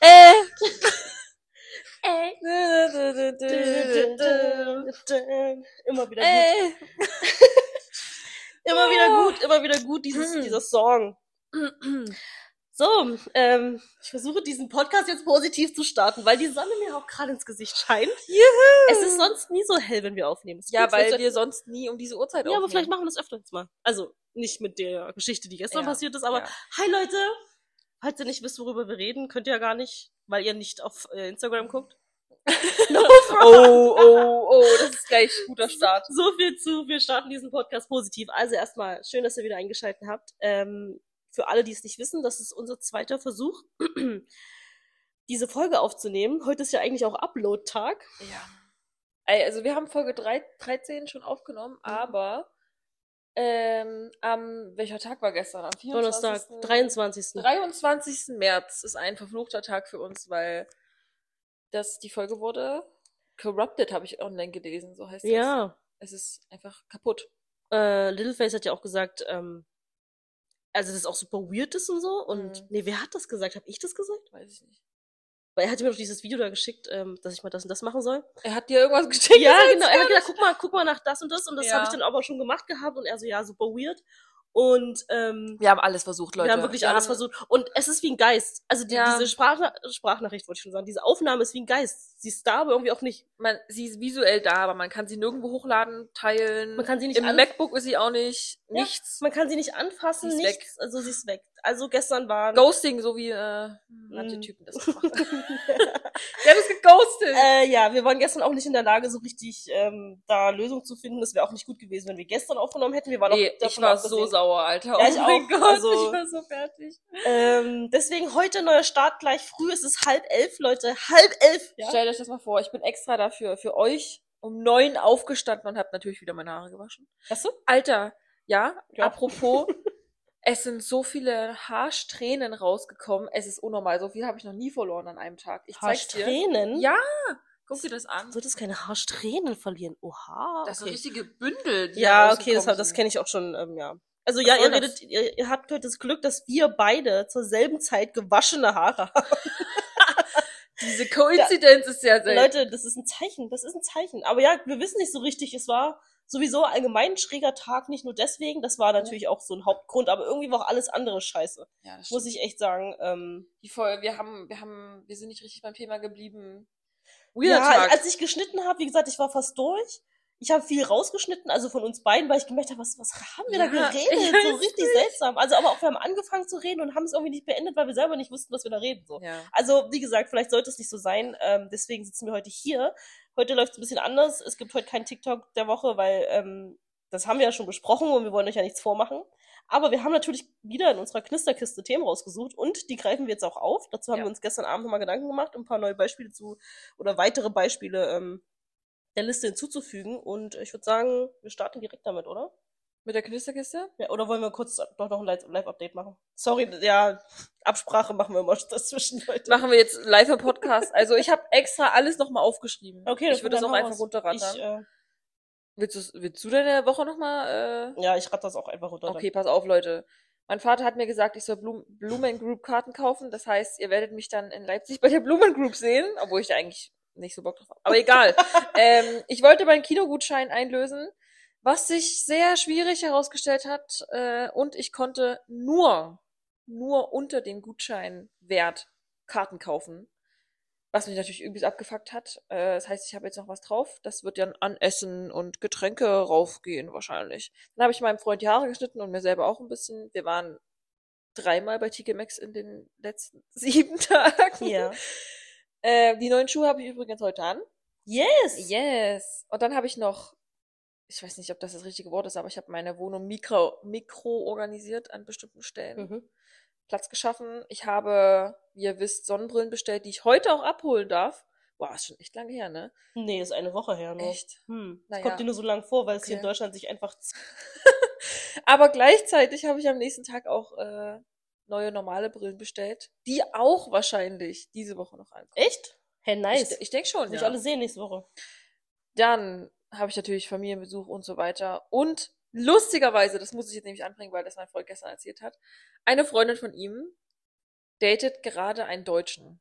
Äh. Ey. Immer wieder gut. Äh. Immer Ah. wieder gut, immer wieder gut, dieses, Hm. dieser Song. So, ähm, ich versuche diesen Podcast jetzt positiv zu starten, weil die Sonne mir auch gerade ins Gesicht scheint. Juhu. Es ist sonst nie so hell, wenn wir aufnehmen. Es ist Hm. Ja, gut, weil wenn's- wir sonst nie um diese Uhrzeit ja, aber vielleicht aufnehmen. machen wir das öfter jetzt mal. Also, nicht mit der Geschichte, die gestern Ja, passiert ist, aber ja. hi Leute! Falls ihr nicht wisst, worüber wir reden, könnt ihr ja gar nicht, weil ihr nicht auf äh, Instagram guckt. no Oh, oh, oh, das ist gleich ein guter Start. So viel zu, wir starten diesen Podcast positiv. Also erstmal, schön, dass ihr wieder eingeschaltet habt. Ähm, für alle, die es nicht wissen, das ist unser zweiter Versuch, diese Folge aufzunehmen. Heute ist ja eigentlich auch Upload-Tag. Ja. Ey, Also wir haben Folge 3, 13 schon aufgenommen, Mhm. aber ähm, am welcher Tag war gestern? Am 24. Donnerstag, 23. 23. März ist ein verfluchter Tag für uns, weil das die Folge wurde. Corrupted habe ich online gelesen, so heißt Ja, es. Es ist einfach kaputt. äh, Littleface hat ja auch gesagt, ähm, also dass es auch super weird ist und so. Und Mhm. nee, wer hat das gesagt? Hab ich das gesagt? Weiß ich nicht. Weil er hatte mir doch dieses Video da geschickt, ähm, dass ich mal das und das machen soll. Er hat dir irgendwas geschickt. Ja, das ist genau. jetzt Er hat gesagt, guck mal, guck mal nach das und das. Und das Ja. habe ich dann aber schon gemacht gehabt. Und er so, ja, super weird. Und ähm, Wir haben alles versucht, Leute. wir haben wirklich alles haben- versucht. Und es ist wie ein Geist. Also die, Ja. diese Sprachna Sprachnachricht, wollte ich schon sagen. Diese Aufnahme ist wie ein Geist. Sie ist da, aber irgendwie auch nicht. Man, sie ist visuell da, aber man kann sie nirgendwo hochladen, teilen. Man kann sie nicht Im an- MacBook ist sie auch nicht. Ja. Nichts. Man kann sie nicht anfassen, Sie ist nichts. Also sie ist weg. Also gestern waren. Ghosting, so wie äh, manche Mm. Typen das machen. Der hat es geghostet. Äh, ja, wir waren gestern auch nicht in der Lage, so richtig ähm, da Lösung zu finden. Das wäre auch nicht gut gewesen, wenn wir gestern aufgenommen hätten. Wir waren nee, auch ich davon war so abgesehen. sauer, Alter. genau Ja, ich oh mein auch. Gott, Also- ich war so fertig. Ähm, deswegen heute neuer Start gleich früh. Es ist halb elf, Leute. Halb elf. Ja. Stellt euch das mal vor, ich bin extra dafür, für euch um neun aufgestanden und habe natürlich wieder meine Haare gewaschen. Weißt du? Alter, ja, Ja. apropos, es sind so viele Haarsträhnen rausgekommen. Es ist unnormal. So viel habe ich noch nie verloren an einem Tag. Ich zeig's dir. Haarsträhnen? Ja, guck dir das an. Du solltest keine Haarsträhnen verlieren. Oha. Das sind Ah, okay. richtige Bündel. Die da Ja, okay, das, rausgekommen hab- das sind. kenne ich auch schon, ähm, ja. Also Was ja, ihr soll das? redet, ihr, ihr habt heute das Glück, dass wir beide zur selben Zeit gewaschene Haare haben. Diese Koinzidenz ist sehr selten. Leute, das ist ein Zeichen, das ist ein Zeichen. Aber ja, wir wissen nicht so richtig, es war sowieso allgemein ein schräger Tag, nicht nur deswegen, das war natürlich auch so ein Hauptgrund, aber irgendwie war auch alles andere scheiße, ja, das muss stimmt. ich echt sagen. Ähm, Die Folge, wir haben, wir haben, wir sind nicht richtig beim Thema geblieben. Weirder ja, Tag. als ich geschnitten habe, wie gesagt, ich war fast durch. Ich habe viel rausgeschnitten, also von uns beiden, weil ich gemerkt habe, was, was haben wir da Ja, ich geredet? weiß So richtig seltsam. Also aber auch wir haben angefangen zu reden und haben es irgendwie nicht beendet, weil wir selber nicht wussten, was wir da reden. So. ja. Also, wie gesagt, vielleicht sollte es nicht so sein. Ähm, deswegen sitzen wir heute hier. Heute läuft es ein bisschen anders. Es gibt heute keinen TikTok der Woche, weil ähm, das haben wir ja schon besprochen und wir wollen euch ja nichts vormachen. Aber wir haben natürlich wieder in unserer Knisterkiste Themen rausgesucht und die greifen wir jetzt auch auf. Dazu haben Ja. wir uns gestern Abend nochmal Gedanken gemacht, um ein paar neue Beispiele zu oder weitere Beispiele ähm, der Liste hinzuzufügen. Und ich würde sagen, wir starten direkt damit, oder? Mit der Knisterkiste? Ja, oder wollen wir kurz doch noch ein Live- Live-Update machen? Sorry, ja, Absprache machen wir immer dazwischen, Leute. Machen wir jetzt live im Podcast. Also ich habe extra alles nochmal aufgeschrieben. Okay, ich würde das dann auch machen einfach wir's. runterrattern. Ich, äh, willst, du's- willst du deine Woche nochmal? Äh... ja, ich ratter das auch einfach runter. Okay, pass auf, Leute. Mein Vater hat mir gesagt, ich soll Blum Blumen Group Karten kaufen. Das heißt, ihr werdet mich dann in Leipzig bei der Blumen Group sehen, obwohl ich da eigentlich nicht so Bock drauf habe. Aber egal. ähm, ich wollte meinen Kinogutschein einlösen, was sich sehr schwierig herausgestellt hat. Äh, und ich konnte nur, nur unter dem Gutscheinwert Karten kaufen. Was mich natürlich übelst abgefuckt hat. Äh, das heißt, ich habe jetzt noch was drauf. Das wird dann an Essen und Getränke raufgehen wahrscheinlich. Dann habe ich meinem Freund die Haare geschnitten und mir selber auch ein bisschen. Wir waren dreimal bei TK Maxx in den letzten sieben Tagen. Ja. Äh, die neuen Schuhe habe ich übrigens heute an. Yes! Yes. Und dann habe ich noch, ich weiß nicht, ob das das richtige Wort ist, aber ich habe meine Wohnung mikro, mikro organisiert an bestimmten Stellen. Mhm. Platz geschaffen. Ich habe, wie ihr wisst, Sonnenbrillen bestellt, die ich heute auch abholen darf. Boah, ist schon echt lange her, ne? Nee, ist eine Woche her nur. Echt. Hm. Das Naja. kommt dir nur so lang vor, weil es hier in Okay. Deutschland sich einfach. Aber gleichzeitig habe ich am nächsten Tag auch äh, neue normale Brillen bestellt, die auch wahrscheinlich diese Woche noch ankommen. Echt? Hey, nice. Ich, ich denke schon, Will ich ja. alle sehen nächste Woche. Dann habe ich natürlich Familienbesuch und so weiter und lustigerweise, das muss ich jetzt nämlich anbringen, weil das mein Freund gestern erzählt hat, eine Freundin von ihm datet gerade einen Deutschen.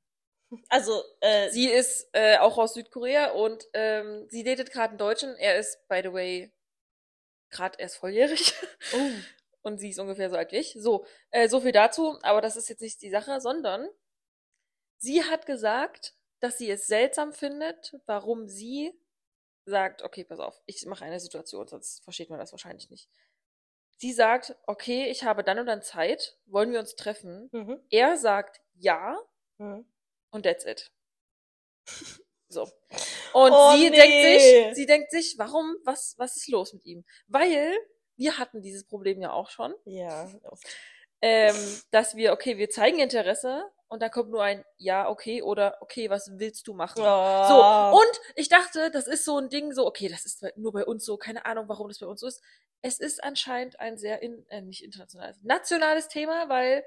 Also, äh, Sie ist äh, auch aus Südkorea und ähm, sie datet gerade einen Deutschen. Er ist, by the way, gerade erst volljährig oh, und sie ist ungefähr so alt wie ich. So, äh, so viel dazu, aber das ist jetzt nicht die Sache, sondern sie hat gesagt, dass sie es seltsam findet, warum sie sagt, okay, pass auf, ich mache eine Situation, sonst versteht man das wahrscheinlich nicht. Sie sagt, okay, ich habe dann und dann Zeit, wollen wir uns treffen? mhm, Er sagt ja mhm. und that's it. So. Und Oh, sie nee. denkt sich, sie denkt sich, warum, was, was ist los mit ihm? Weil wir hatten dieses Problem ja auch schon ja. ähm, dass wir, okay, wir zeigen Interesse und dann kommt nur ein Ja, okay oder okay, was willst du machen? So, Ah, und ich dachte, das ist so ein Ding, so, okay, das ist nur bei uns so, keine Ahnung, warum das bei uns so ist. Es ist anscheinend ein sehr, in, äh, nicht internationales, nationales Thema, weil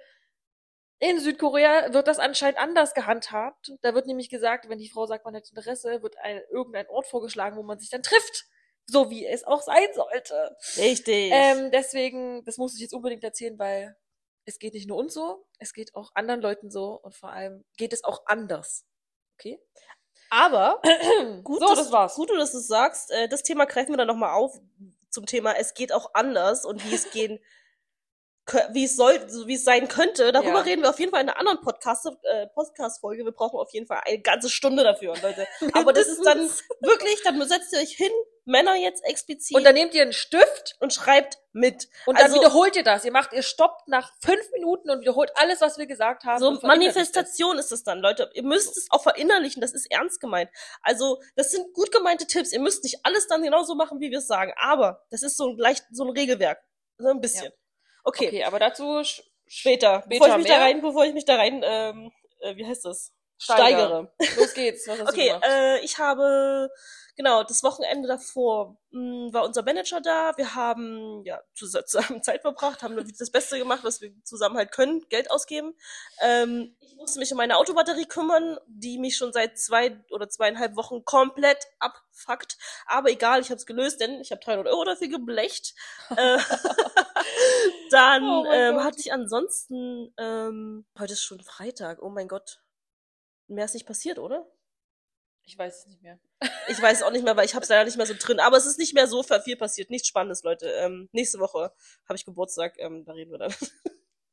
in Südkorea wird das anscheinend anders gehandhabt. Da wird nämlich gesagt, wenn die Frau sagt, man hat Interesse, wird ein, irgendein Ort vorgeschlagen, wo man sich dann trifft. So wie es auch sein sollte. Richtig. Ähm, deswegen, das muss ich jetzt unbedingt erzählen, weil es geht nicht nur uns so, es geht auch anderen Leuten so und vor allem geht es auch anders. Okay? Aber Gut, Gut, so, dass, das war's. Gut, dass du es sagst. Äh, Das Thema greifen wir dann nochmal auf zum Thema, es geht auch anders und wie es gehen, kö- wie es soll, so wie es sein könnte. Darüber Ja. reden wir auf jeden Fall in einer anderen Podcast, äh, Podcast-Folge. Wir brauchen auf jeden Fall eine ganze Stunde dafür, Leute. Aber das ist dann wirklich, dann setzt ihr euch hin, Männer jetzt explizit Und dann nehmt ihr einen Stift und schreibt mit. und dann Also- wiederholt ihr das. Ihr macht, ihr stoppt nach fünf Minuten und wiederholt alles, was wir gesagt haben. So und verinnerlicht es. Manifestation ist es dann, Leute. Ihr müsst es auch verinnerlichen, das ist ernst gemeint. Also, das sind gut gemeinte Tipps. Ihr müsst nicht alles dann genauso machen, wie wir es sagen. Aber das ist so ein leicht, so ein Regelwerk. So ein bisschen. Okay, Okay. aber dazu sch- später. Später Bevor ich mich mehr. da rein, bevor ich mich da rein, ähm, äh, wie heißt das? Steigere. los geht's. Was hast Okay, du gemacht? äh, ich habe, genau, das Wochenende davor mh, war unser Manager da. Wir haben ja zus- zusammen Zeit verbracht, haben das Beste gemacht, was wir zusammen halt können, Geld ausgeben. Ähm, ich musste mich um meine Autobatterie kümmern, die mich schon seit zwei oder zweieinhalb Wochen komplett abfuckt. Aber egal, ich habe es gelöst, denn ich habe 300 Euro dafür geblecht. Äh, Dann Oh mein ähm, Gott. hatte ich ansonsten, ähm, heute ist schon Freitag, oh mein Gott. Mehr ist nicht passiert, oder? ich weiß es nicht mehr. Ich weiß auch nicht mehr, weil ich habe es leider nicht mehr so drin. Aber es ist nicht mehr so viel passiert. Nichts Spannendes, Leute. Ähm, nächste Woche habe ich Geburtstag. Ähm, da reden wir dann.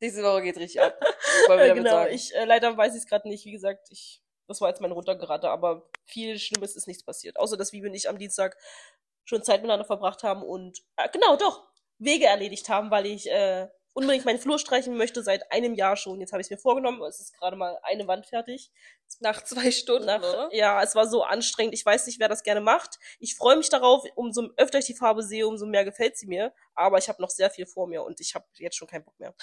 Diese Woche geht richtig ab. Wollen wir damit genau. sagen. Ich äh, leider weiß ich es gerade nicht. Wie gesagt, ich das war jetzt mein runtergerate, aber viel Schlimmes ist nichts passiert. Außer dass Vivi und ich am Dienstag schon Zeit miteinander verbracht haben und äh, genau doch Wege erledigt haben, weil ich äh, unbedingt meinen Flur streichen möchte seit einem Jahr schon. Jetzt habe ich es mir vorgenommen. Es ist gerade mal eine Wand fertig. Nach zwei Stunden, Nach, oder? ja, es war so anstrengend. Ich weiß nicht, wer das gerne macht. Ich freue mich darauf. Umso öfter ich die Farbe sehe, umso mehr gefällt sie mir. Aber ich habe noch sehr viel vor mir und ich habe jetzt schon keinen Bock mehr.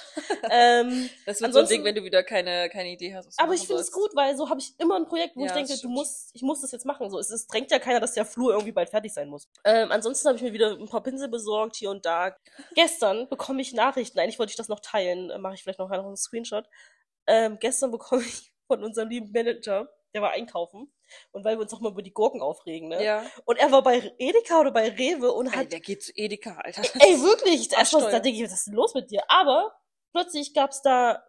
ähm, Das wird so ein Ansonsten- Ding, wenn du wieder keine, keine Idee hast. was du aber ich machen finde es sollst. gut, weil so habe ich immer ein Projekt, wo Ja, ich das denke, du stimmt. musst, ich muss das jetzt machen. So, es, es drängt ja keiner, dass der Flur irgendwie bald fertig sein muss. Ähm, ansonsten habe ich mir wieder ein paar Pinsel besorgt hier und da. Gestern bekomme ich Nachrichten. Eigentlich wollte ich das noch teilen. Äh, Mache ich vielleicht noch, noch einen Screenshot. Ähm, gestern bekomme ich von unserem lieben Manager, der war einkaufen. Und weil wir uns auch mal über die Gurken aufregen, ne? Ja. Und er war bei Edeka oder bei Rewe und Ey, hat. der geht zu Edeka, Alter. Ey, wirklich, Arsch erstmal da teuer. denke ich, was ist denn los mit dir? Aber plötzlich gab's da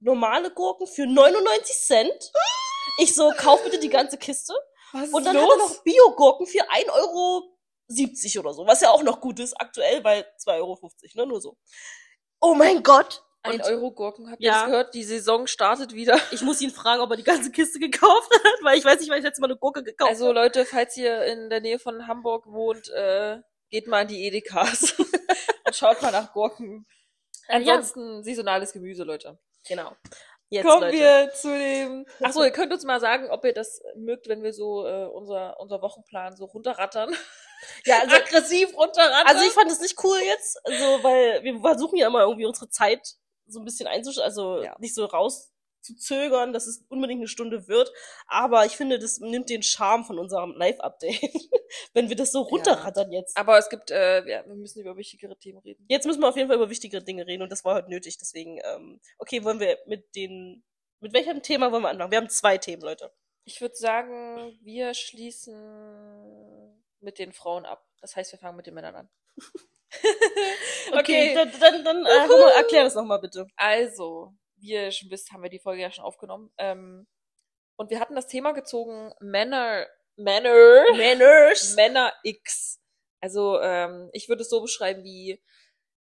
normale Gurken für 99 Cent. Ich so, kauf bitte die ganze Kiste. Was ist Und dann hat er noch Bio-Gurken für 1,70 Euro oder so, was ja auch noch gut ist aktuell, weil 2,50 Euro, ne? Nur so. Oh mein Gott! Ein Euro Gurken, habt ihr Ja. das gehört? Die Saison startet wieder. Ich muss ihn fragen, ob er die ganze Kiste gekauft hat, weil ich weiß nicht, weil ich letztes Mal eine Gurke gekauft Also Leute, falls ihr in der Nähe von Hamburg wohnt, äh, geht mal in die Edekas und schaut mal nach Gurken. Äh, Ansonsten saisonales Gemüse, Leute. Genau. Jetzt, Kommen Leute. wir zu dem. Ach so, ihr könnt uns mal sagen, ob ihr das mögt, wenn wir so äh, unser unser Wochenplan so runterrattern, Ja, also, aggressiv runterrattern. also ich fand es nicht cool jetzt, so, weil wir versuchen ja immer irgendwie unsere Zeit so ein bisschen einzuschätzen, also Ja. nicht so rauszuzögern, dass es unbedingt eine Stunde wird. Aber ich finde, das nimmt den Charme von unserem Live-Update, wenn wir das so runterrattern jetzt. aber es gibt, äh, ja, wir müssen über wichtigere Themen reden. Jetzt müssen wir auf jeden Fall über wichtigere Dinge reden und das war heute nötig. Deswegen, ähm, okay, wollen wir mit den, mit welchem Thema wollen wir anfangen? Wir haben zwei Themen, Leute. Ich würde sagen, wir schließen mit den Frauen ab. Das heißt, wir fangen mit den Männern an. Okay, dann, dann, dann äh, hör mal, erklär das nochmal bitte. Also, wie ihr schon wisst, haben wir die Folge ja schon aufgenommen. Ähm, und wir hatten das Thema gezogen, Männer, Männer, Manners. Männer X. Also, ähm, ich würde es so beschreiben wie,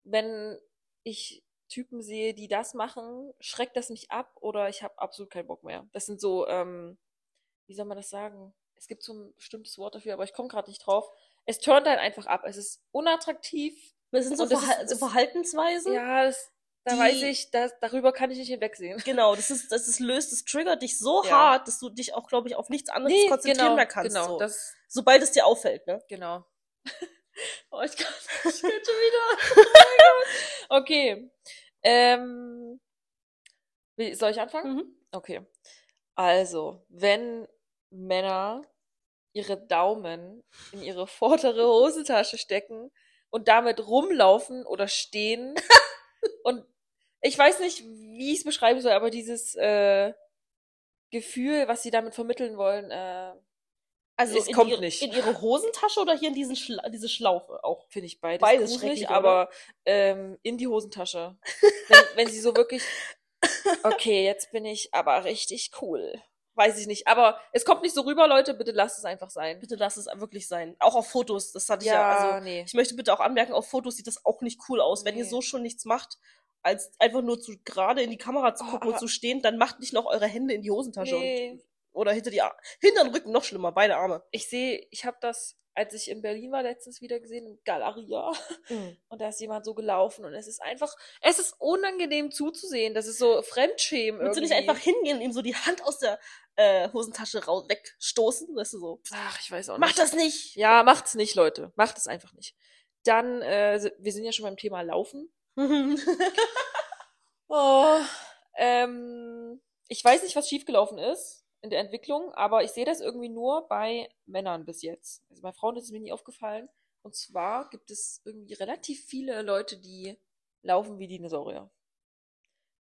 wenn ich Typen sehe, die das machen, schreckt das mich ab oder ich habe absolut keinen Bock mehr. Das sind so, ähm, wie soll man das sagen? Es gibt so ein bestimmtes Wort dafür, aber ich komme gerade nicht drauf. Es turnt einen einfach ab. Es ist unattraktiv. Das sind so, Und das Verha ist- so Verhaltensweisen. Ja, das, da Die- weiß ich, das, darüber kann ich nicht hinwegsehen. Genau, das ist, das ist löst, das triggert dich so Ja. hart, dass du dich auch, glaube ich, auf nichts anderes konzentrieren mehr kannst. genau, so. das, Sobald es dir auffällt, ne? genau. oh, ich kann ich kann schon wieder. Oh mein Gott. okay. Ähm, will- soll ich Mhm. anfangen? Okay. Also, wenn Männer ihre Daumen in ihre vordere Hosentasche stecken und damit rumlaufen oder stehen und ich weiß nicht, wie ich es beschreiben soll, aber dieses äh, Gefühl, was sie damit vermitteln wollen, äh, Also Es in, kommt ihre, nicht. in ihre Hosentasche oder hier in diesen Schla diese Schlaufe auch. finde ich beides, Beides gruselig, schrecklich, aber ähm, in die Hosentasche. wenn, wenn sie so wirklich, okay, jetzt bin ich aber richtig cool. Weiß ich nicht, aber es kommt nicht so rüber, Leute, bitte lasst es einfach sein. Bitte lass es wirklich sein. Auch auf Fotos, das hatte ich ja. Also nee. ich möchte bitte auch anmerken, auf Fotos sieht das auch nicht cool aus. Wenn ihr Nee. so schon nichts macht, als einfach nur zu gerade in die Kamera zu Oh, gucken und aber- zu stehen, dann macht nicht noch eure Hände in die Hosentasche Nee. und, oder hinter die Ar hinter den Rücken noch schlimmer, beide Arme. Ich sehe, ich habe das, als ich in Berlin war, letztens wieder gesehen, in Galeria. Mhm. Und da ist jemand so gelaufen und es ist einfach, es ist unangenehm zuzusehen. Das ist so Fremdschämen Willst du nicht irgendwie. einfach hingehen und ihm so die Hand aus der äh, Hosentasche raus wegstoßen? Weißt du so, Ach, ich weiß auch mach nicht. das nicht! Ja, macht's nicht, Leute. Macht es einfach nicht. Dann, äh, si- wir sind ja schon beim Thema Laufen. Oh, ähm, ich weiß nicht, was schiefgelaufen ist in der Entwicklung, aber ich sehe das irgendwie nur bei Männern bis jetzt. Also bei Frauen ist es mir nie aufgefallen. Und zwar gibt es irgendwie relativ viele Leute, die laufen wie Dinosaurier.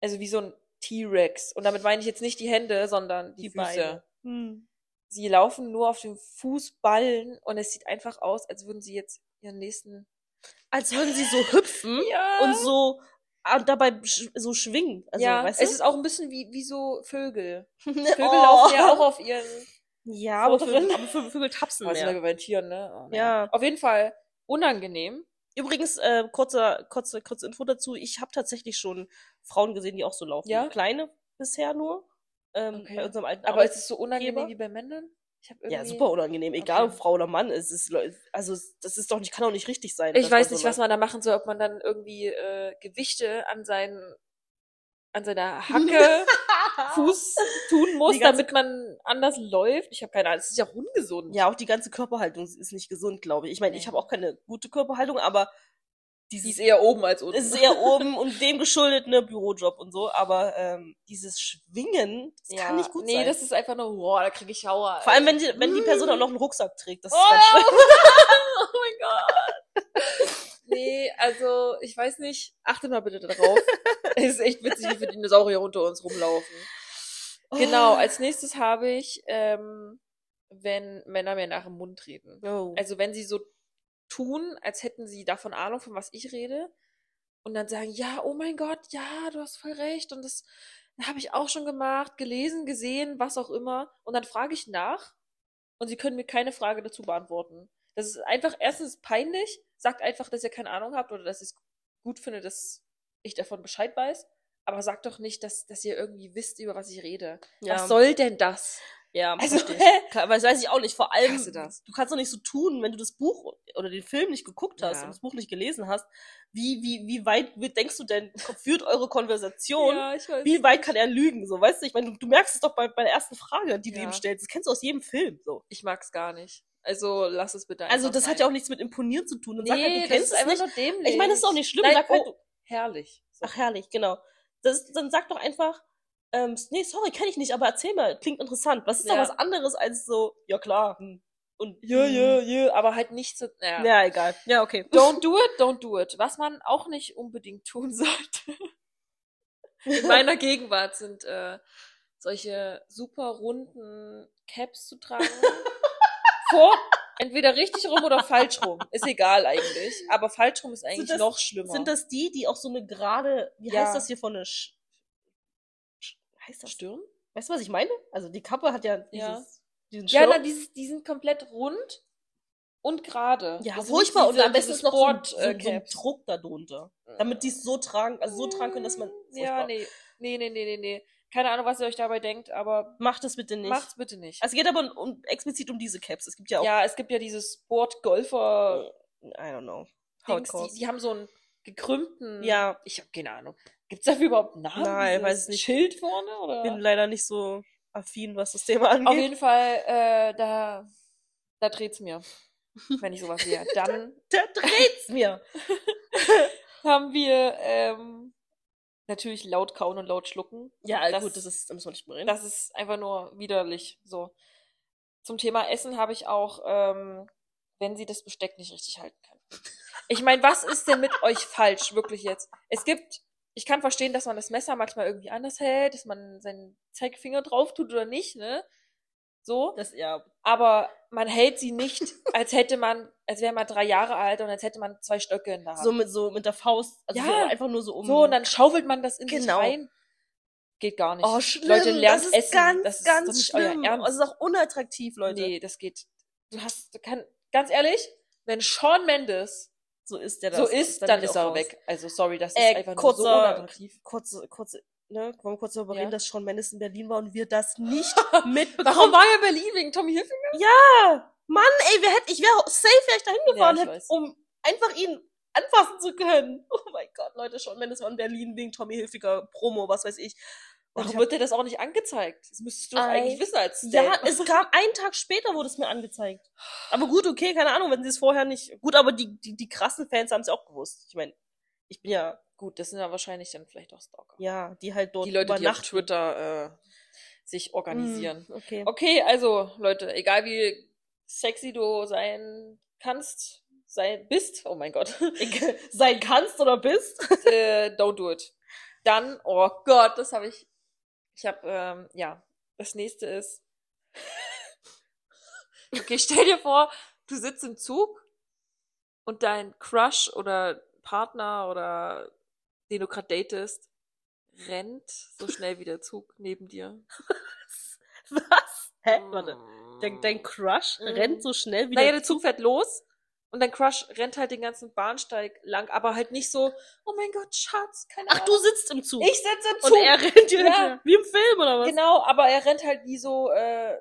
Also wie so ein T-Rex. Und damit meine ich jetzt nicht die Hände, sondern die Die Füße. Beine. Hm. Sie laufen nur auf den Fußballen und es sieht einfach aus, als würden sie jetzt ihren nächsten. Als würden sie so hüpfen Ja. und so ah, dabei sch so schwingen. Also, ja, weißt es du? Oh. ist auch ein bisschen wie, wie so Vögel. Vögel Vögel laufen ja auch auf ihren Ja, aber Vögel- Vögel, aber Vö- Vögel tapsen Aber sind mehr. wir bei den Tieren, ne? Oh, Ja. naja. Auf jeden Fall unangenehm. Übrigens, äh, kurzer, kurze, kurze Info dazu. Ich habe tatsächlich schon Frauen gesehen, die auch so laufen. Ja? Kleine bisher nur. Ähm, Okay. Bei unserem alten Aber es ist so unangenehm Arbeitgeber? wie bei Männern. Ich hab Ja, irgendwie- super unangenehm. Egal, Okay. ob Frau oder Mann. Es ist, Leu- also, es- das ist doch nicht, kann doch nicht richtig sein. Ich dass man weiß so nicht, was läuft. man da machen soll, ob man dann irgendwie äh, Gewichte an seinen an seiner Hacke Fuß tun muss, Die ganze- damit man anders läuft. Ich habe keine Ahnung, es ist ja auch ungesund. Ja, auch die ganze Körperhaltung ist nicht gesund, glaube ich. Ich meine, ich Nee. habe auch keine gute Körperhaltung, aber Die ist dieses, eher oben als unten. es ist eher oben und dem geschuldet, ne, Bürojob und so. Aber ähm, dieses Schwingen, das Mm. ja. kann nicht gut nee, sein. das ist einfach nur, boah, da kriege ich Schauer. Vor allem, wenn die, wenn die Person auch noch einen Rucksack trägt. Das ist ganz schlimm. Oh mein Gott. Nee, also ich weiß nicht. Achtet mal bitte darauf. es ist echt witzig, wie viele Dinosaurier unter uns rumlaufen. Genau, Oh. als nächstes habe ich, ähm, wenn Männer mir nach dem Mund reden. Oh. Also wenn sie so tun, als hätten sie davon Ahnung, von was ich rede. Und dann sagen, ja, oh mein Gott, ja, du hast voll recht. Und das habe ich auch schon gemacht, gelesen, gesehen, was auch immer. Und dann frage ich nach und sie können mir keine Frage dazu beantworten. Das ist einfach erstens peinlich. Sagt einfach, dass ihr keine Ahnung habt oder dass ihr es gut findet, dass ich davon Bescheid weiß. Aber sagt doch nicht, dass, dass ihr irgendwie wisst, über was ich rede. ja. Was soll denn das? ja, Also, verstehe ich. hä? Ka- Weil das weiß ich auch nicht. Vor allem, Hasse das. du kannst doch nicht so tun, wenn du das Buch oder den Film nicht geguckt hast Ja. und das Buch nicht gelesen hast. Wie, wie, wie weit wird- denkst du denn, führt eure Konversation? ich weiß. Wie weit kann er lügen? So, weißt du, ich meine, du, du merkst es doch bei, bei der ersten Frage, die du Ja. ihm stellst. Das kennst du aus jedem Film. So. Ich mag's gar nicht. Also lass es bitte Also, einfach das hat sein. ja auch nichts mit Imponieren zu tun. Dann Nee, sag halt, du kennst das ist es nicht. einfach nur dämlich. Ich meine, das ist auch nicht schlimm. Nein, sag halt, oh, du, herrlich. So. Ach, herrlich, genau. Das ist, dann sag doch einfach, ähm, nee, sorry, kenne ich nicht, aber erzähl mal, klingt interessant. Was ist doch Ja. was anderes als so, ja klar, hm. und Jö, jö, hm. jö, aber halt nicht so. Naja. Ja, egal. Ja, okay. Don't do it, don't do it. Was man auch nicht unbedingt tun sollte. In meiner Gegenwart sind äh, solche super runden Caps zu tragen. vor, Entweder richtig rum oder falsch rum. Ist egal eigentlich. Aber falsch rum ist eigentlich das- noch schlimmer. Sind das die, die auch so eine gerade, wie Ja. heißt das hier vorne? Sch Sch heißt das? Stirn? Weißt du, was ich meine? Also die Kappe hat ja, dieses, Ja. diesen Ja, Schirm. na, die, die sind komplett rund und gerade. Ja, Also furchtbar. nicht Und diese- am besten diese ist noch so ein, so, ein- Sport, so äh, ein Caps. Druck da drunter. Damit die es so tragen, also so tragen können, dass man. Mm, Ja, furchtbar. nee. Nee, nee, nee, nee, nee. Keine Ahnung, was ihr euch dabei denkt, aber Macht das bitte nicht. macht's bitte nicht. Es geht aber um, um, explizit um diese Caps. Es gibt ja auch. ja, es gibt ja diese Sport-Golfer-Dings, I don't know. die, Hardcore. die haben so einen gekrümmten. Ja, Ich habe keine Ahnung. Gibt's dafür überhaupt einen Namen? Nein, Dieses weiß ich nicht. Schild vorne? bin Oder? leider nicht so affin, was das Thema Auf angeht. jeden Fall, äh, da, da dreht's mir. Wenn ich sowas sehe. Dann Da dreht's mir. haben wir ähm, natürlich laut kauen und laut schlucken. Ja, Das- gut, das ist, da müssen wir nicht drüber reden. Das ist einfach nur widerlich. So. Zum Thema Essen habe ich auch, ähm, wenn sie das Besteck nicht richtig halten kann. Ich meine, was ist denn mit euch falsch, wirklich jetzt? Es gibt, ich kann verstehen, dass man das Messer manchmal irgendwie anders hält, dass man seinen Zeigefinger drauf tut oder nicht, ne? So. das ja, Aber man hält sie nicht, als hätte man, als wäre man drei Jahre alt und als hätte man zwei Stöcke in der Hand. so mit, so mit der Faust, also Ja. so einfach nur so um. So, und dann schaufelt man das in sich Genau. rein. Geht gar nicht. Oh, schlimm. Leute, lernt das ist essen. ganz, das ist ganz doch nicht schlimm. euer Das Ernst. ist auch unattraktiv, Leute. nee, das geht. Du hast, du kann, ganz ehrlich, wenn Sean Mendes So ist der das. so ist, dann, bin ist ich auch er raus. weg. Also, sorry, das ist Äh, einfach nur so kurzer- unattraktiv. Kurze, kurze, ne, wollen wir kurz darüber Ja. reden, dass Sean Mendes in Berlin war und wir das nicht Warum mitbekommen war er in Berlin? Wegen Tommy Oh, Hilfiger? haben. Mann, ey, wir hätten, ich wäre safe, wäre ich da hingefahren, Ja, ich hätte, weiß. um einfach ihn anfassen zu können. Oh mein Gott, Leute, Sean Mendes war in Berlin wegen Tommy Hilfiger Promo, was weiß ich. Und ich Warum hab- wird dir das auch nicht angezeigt? Das müsstest du doch Ei. eigentlich wissen als Ja, Stan. es kam einen Tag später, wurde es mir angezeigt. Aber gut, okay, keine Ahnung, wenn sie es vorher nicht. Gut, aber die, die, die krassen Fans haben es auch gewusst. Ich meine, ich bin ja, Gut, das sind ja wahrscheinlich dann vielleicht auch Stalker. ja, die halt dort die Leute, die auf übernachten. Twitter äh, sich organisieren. Mm, okay. Okay, also Leute, egal wie sexy du sein kannst, sei, bist, oh mein Gott, Ich- Sein kannst oder bist. äh, don't do it. Dann, oh Gott, das habe ich, ich habe, ähm, ja, das nächste ist, okay, stell dir vor, du sitzt im Zug und dein Crush oder Partner oder den du gerade datest, rennt so schnell wie der Zug neben dir. Was? Hä? Äh, Warte. Dein, dein Crush Mm. rennt so schnell wie Naja, der- der Zug fährt los und dein Crush rennt halt den ganzen Bahnsteig lang, aber halt nicht so, oh mein Gott, Schatz, keine Ach, du Ahnung. sitzt im Zug. Ich sitze im Zug. und er rennt dir Ja. hinterher. Wie im Film oder was? genau, aber er rennt halt wie so äh,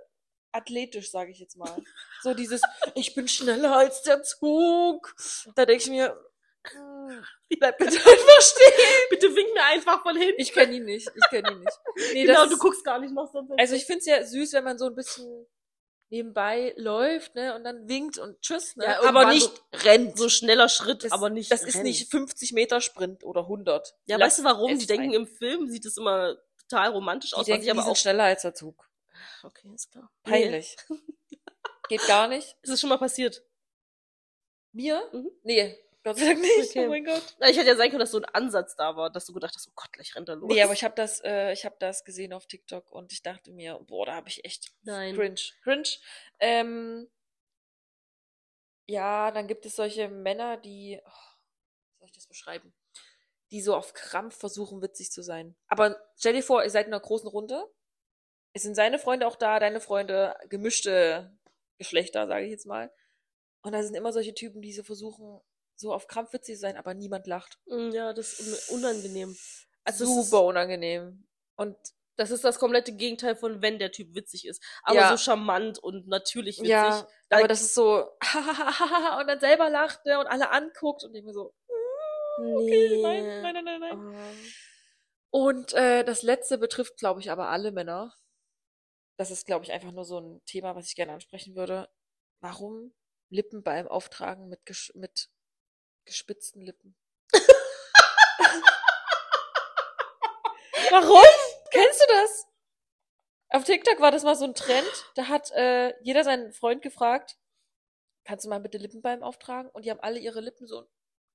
athletisch, sage ich jetzt mal. So dieses, ich bin schneller als der Zug. Da denke ich mir, hm, bleib bitte einfach stehen. Bitte wink mir einfach von hinten. Ich kenne ihn nicht, ich kenne ihn nicht. Nee, genau, das du ist- guckst gar nicht nach so einem- Also ich finde es ja süß, wenn man so ein bisschen nebenbei läuft, ne, und dann winkt und tschüss, ne, Ja, aber irgendwann nicht so, rennt. So schneller Schritt, Das, aber nicht das ist rennen. nicht 50 Meter Sprint oder 100. Ja, Lass weißt du warum? es Die denken, sein. im Film sieht es immer total romantisch die aus, denken, was ich aber die sind auch. schneller als der Zug. Okay, ist klar. Peinlich. Geht gar nicht. Nee. Ist es schon mal passiert? Mir? Mhm. Nee, Gott sei Dank nicht. Okay. Oh mein Gott. Na, Ich hätte ja sein können, dass so ein Ansatz da war, dass du gedacht hast, oh Gott, gleich rennt er los. Nee, aber ich habe das, äh, ich habe das gesehen auf TikTok und ich dachte mir, boah, da habe ich echt Nein. cringe, cringe. Ähm, ja, dann gibt es solche Männer, die, oh, wie soll ich das beschreiben? Die so auf Krampf versuchen, witzig zu sein. Aber stell dir vor, ihr seid in einer großen Runde. Es sind seine Freunde auch da, deine Freunde, gemischte Geschlechter, sage ich jetzt mal. Und da sind immer solche Typen, die so versuchen, so auf Krampf witzig zu sein, aber niemand lacht. Mm, Ja, das ist un- unangenehm. Also das ist- Super unangenehm. Und Das ist das komplette Gegenteil von, wenn der Typ witzig ist. Aber Ja. so charmant und natürlich witzig. Ja, Da- aber das ist so, und dann selber lacht ne, und alle anguckt und ich mir so, Oh, okay, nein, nein, nein, nein, nein. Und äh, das letzte betrifft, glaube ich, aber alle Männer. Das ist, glaube ich, einfach nur so ein Thema, was ich gerne ansprechen würde. Warum Lippenbalm auftragen mit, gesch mit gespitzten Lippen? Warum? Kennst du das? Auf TikTok war das mal so ein Trend. Da hat äh, jeder seinen Freund gefragt, kannst du mal bitte Lippenbalm auftragen? Und die haben alle ihre Lippen so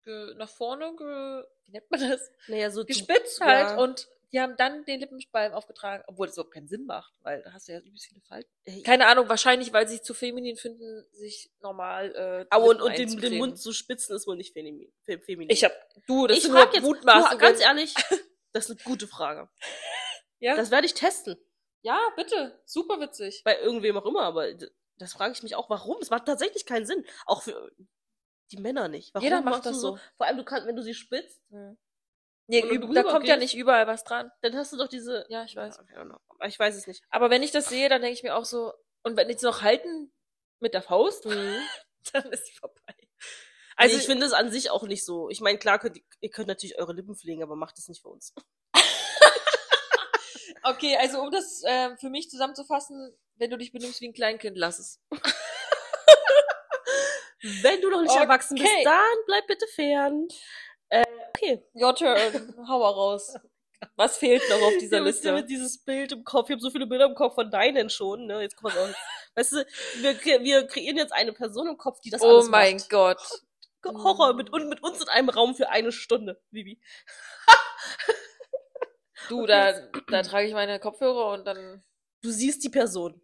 ge, nach vorne, ge, wie nennt man das? Naja, so Gespitzt halt und die haben dann den Lippenbalm aufgetragen, obwohl das überhaupt keinen Sinn macht, weil da hast du ja übelst viele Falten. Keine Ahnung, wahrscheinlich, weil sie sich zu feminin finden, sich normal äh, die Aber und, Lippen und den, den einzucremen. Mund zu spitzen ist wohl nicht feminin. fe- feminin. Ich hab, du, das ich sind frag nur jetzt, du, Mutmaßungen. ganz ehrlich, das ist eine gute Frage. Ja? Das werde ich testen. ja, bitte, super witzig. Bei irgendwem auch immer, aber d- das frage ich mich auch, warum? Es macht tatsächlich keinen Sinn. Auch für die Männer nicht. Warum Jeder macht machst du das so. Vor allem, du kannst, wenn du sie spitzt, Nee, Und wenn du üb- da kommt ja rübergehst- nicht überall was dran. dann hast du doch diese. Ja, ich weiß. Ja, I don't know. Aber Ich weiß es nicht. Aber wenn ich das sehe, dann denke ich mir auch so, und wenn die es noch halten mit der Faust, dann ist sie vorbei. Also Also nee, ich finde es an sich auch nicht so. Ich meine, klar, könnt, ihr- ihr könnt natürlich eure Lippen pflegen, aber macht das nicht für uns. okay, also um das ähm, für mich zusammenzufassen, wenn du dich benimmst wie ein Kleinkind, lass es. Wenn du noch nicht Okay. erwachsen bist, dann bleib bitte fern. Äh, okay. Your turn, ähm, hau mal raus. Was fehlt noch auf dieser Ihr wisst ja Liste? mit dieses Bild im Kopf. Ich habe so viele Bilder im Kopf von deinen schon. Ne? Jetzt kommt auch. Weißt du, wir, kre- wir kreieren jetzt eine Person im Kopf, die das oh alles mein macht. Gott. Ge- Horror mit, und mit uns in einem Raum für eine Stunde, Vivi. Du, Okay, da, da trage ich meine Kopfhörer und dann, Du siehst die Person,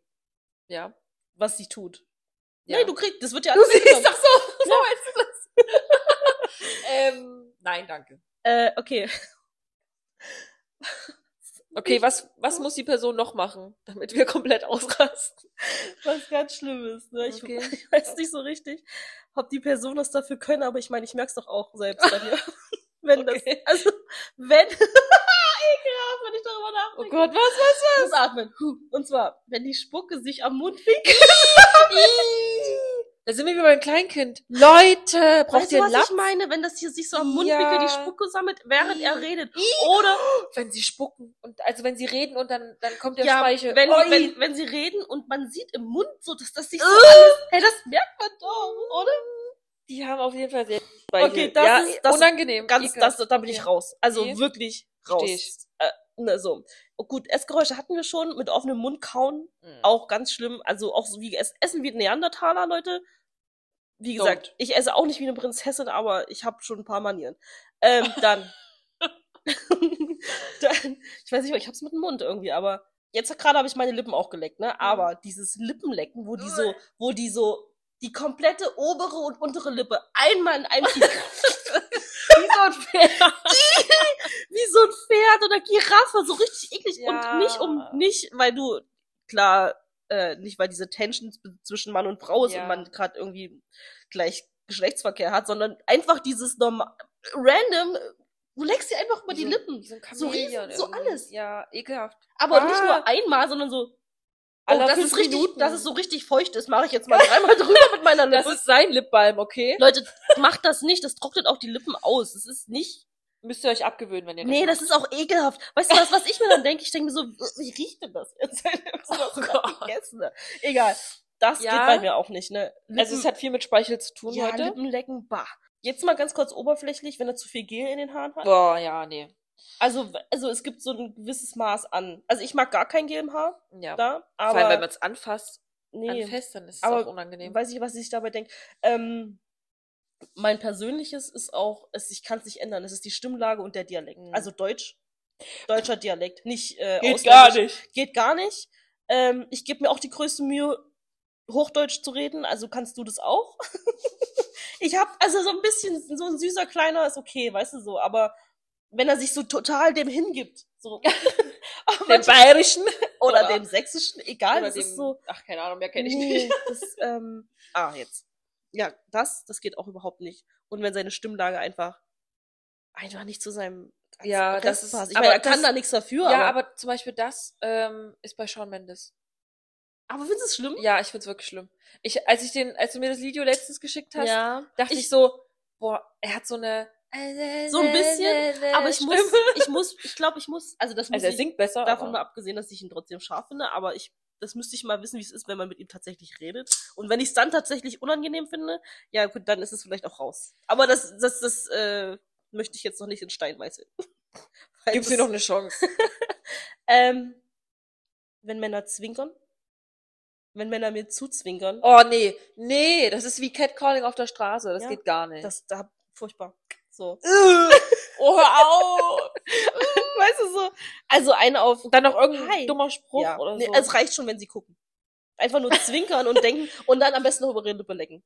ja. was sie tut. ja. Nein, du kriegst, das wird ja Du alles siehst mitgenommen. doch so, so als du das. ähm, nein, danke. Äh, okay. Okay, was, was muss die Person noch machen, damit wir komplett ausrasten? Was ganz Schlimmes, ne? Ich, Okay. ich weiß nicht so richtig, ob die Person das dafür können, aber ich meine, ich merk's doch auch selbst bei mir. wenn Okay. das, also, wenn, ekelhaft, wenn ich darüber Oh nachdenke. Gott, was? Ich muss atmen. Huh. Und zwar, wenn die Spucke sich am Mund winkelt. Da sind wir wie beim Kleinkind. Leute, braucht Weißt du, ihr einen was Lappen? ich meine? Wenn das hier sich so am Mund Ja. winkelt, die Spucke sammelt, während er redet. Ih. Oder, Wenn sie spucken und also wenn sie reden und dann dann kommt der ja, Speichel. wenn, Oi. wenn, wenn sie reden und man sieht im Mund so, dass das sich so Äh. alles, hey, das merkt man doch, oder? die haben auf jeden Fall sehr Speichel. Okay, das ja, ist- das ist unangenehm. ganz, das, Ekelhaft. da bin ich raus. Also Nee. wirklich raus. Versteh ich. Äh, ne, so. Oh, Gut, Essgeräusche hatten wir schon, mit offenem Mund kauen, Mhm. auch ganz schlimm. Also auch so wie es essen wie ein Neandertaler, Leute. Wie gesagt, Don't. ich esse auch nicht wie eine Prinzessin, aber ich habe schon ein paar Manieren. Ähm, dann. dann. Ich weiß nicht, ich hab's mit dem Mund irgendwie, aber jetzt gerade habe ich meine Lippen auch geleckt, Mhm. ne? Aber dieses Lippenlecken, wo die so, wo die so die komplette obere und untere Lippe einmal in einem Wie so ein Pferd. wie so ein Pferd oder Giraffe, so richtig eklig. Ja. Und nicht um, nicht, weil du, klar, äh, nicht weil diese Tension zw- zwischen Mann und Frau ist Ja. und man gerade irgendwie gleich Geschlechtsverkehr hat, sondern einfach dieses normal, random, äh, du leckst dir einfach mal die so, Lippen. So, ein So riesen, Chamäleon so irgendwie. alles. Ja, ekelhaft. Aber nicht Ah. nur einmal, sondern so, oh, Alle das fünf ist richtig, Minuten. dass es so richtig feucht ist, mache ich jetzt mal dreimal drüber mit meiner Das Lippe. ist sein Lipbalm, okay? Leute, macht das nicht, das trocknet auch die Lippen aus. Es ist nicht Müsst ihr euch abgewöhnen, wenn ihr Nee, das ist auch ekelhaft. Weißt du was, was ich mir dann denke? Ich denke mir so, wie riecht denn das jetzt? Hast du das Oh gerade Gott. gegessen? Egal. Das Ja. geht bei mir auch nicht, ne? Also es hat viel mit Speichel zu tun ja, heute. Lippenlecken, bah. Jetzt mal ganz kurz oberflächlich, wenn er zu viel Gel in den Haaren hat. Boah, ja, nee. Also, also es gibt so ein gewisses Maß an. Also ich mag gar kein Gel im Haar, Ja. da, Vor allem, wenn aber man es anfasst, nee, anfasst, ne? dann ist es Aber auch unangenehm. weiß ich, was ich dabei denke. Ähm, mein persönliches ist auch, es, ich kann es nicht ändern, es ist die Stimmlage und der Dialekt. Mhm. Also Deutsch, deutscher Dialekt, nicht äh, ausländisch. nicht. geht gar nicht. Ähm, ich gebe mir auch die größte Mühe, Hochdeutsch zu reden, also kannst du das auch? ich habe also so ein bisschen, so ein süßer Kleiner ist okay, weißt du so, aber wenn er sich so total dem hingibt, so. Den bayerischen. oder, oder- dem sächsischen, egal, oder das ist so. Ach, keine Ahnung, mehr kenne ich nee, nicht. Das, ähm, ah, jetzt. Ja, das, das geht auch überhaupt nicht. Und wenn seine Stimmlage einfach, einfach nicht zu seinem Ja, Rest das ist- passt. Ich aber meine, er das- kann da nichts dafür, Ja, aber, aber zum Beispiel das ähm, ist bei Shawn Mendes. aber findest du es schlimm? Ja, ich find's wirklich schlimm. Ich, als ich den, als du mir das Video letztens geschickt hast, ja. dachte ich, Ich- so, boah, er hat so eine. So ein bisschen, Aber ich muss, Stimme. ich muss, ich glaube, ich muss, also das Äh, muss Also er ich singt besser. davon mal aber- abgesehen, dass ich ihn trotzdem scharf finde, aber ich, das müsste ich mal wissen, wie es ist, wenn man mit ihm tatsächlich redet. Und wenn ich es dann tatsächlich unangenehm finde, ja gut, dann ist es vielleicht auch raus. Aber das, das, das, äh, möchte ich jetzt noch nicht in Stein meißeln. Weil Gibst das- ihm noch eine Chance. Ähm, wenn Männer zwinkern, wenn Männer mir zuzwinkern, Oh nee, nee, das ist wie Catcalling auf der Straße. Das Ja, geht gar nicht. das, da, furchtbar. So. Oh, hör auf! Weißt du so? Also eine auf. Und dann noch irgendein Hi. dummer Spruch ja. oder so. nee, also- es reicht schon, wenn sie gucken. Einfach nur zwinkern und denken und dann am besten noch über ihre Lippe lecken.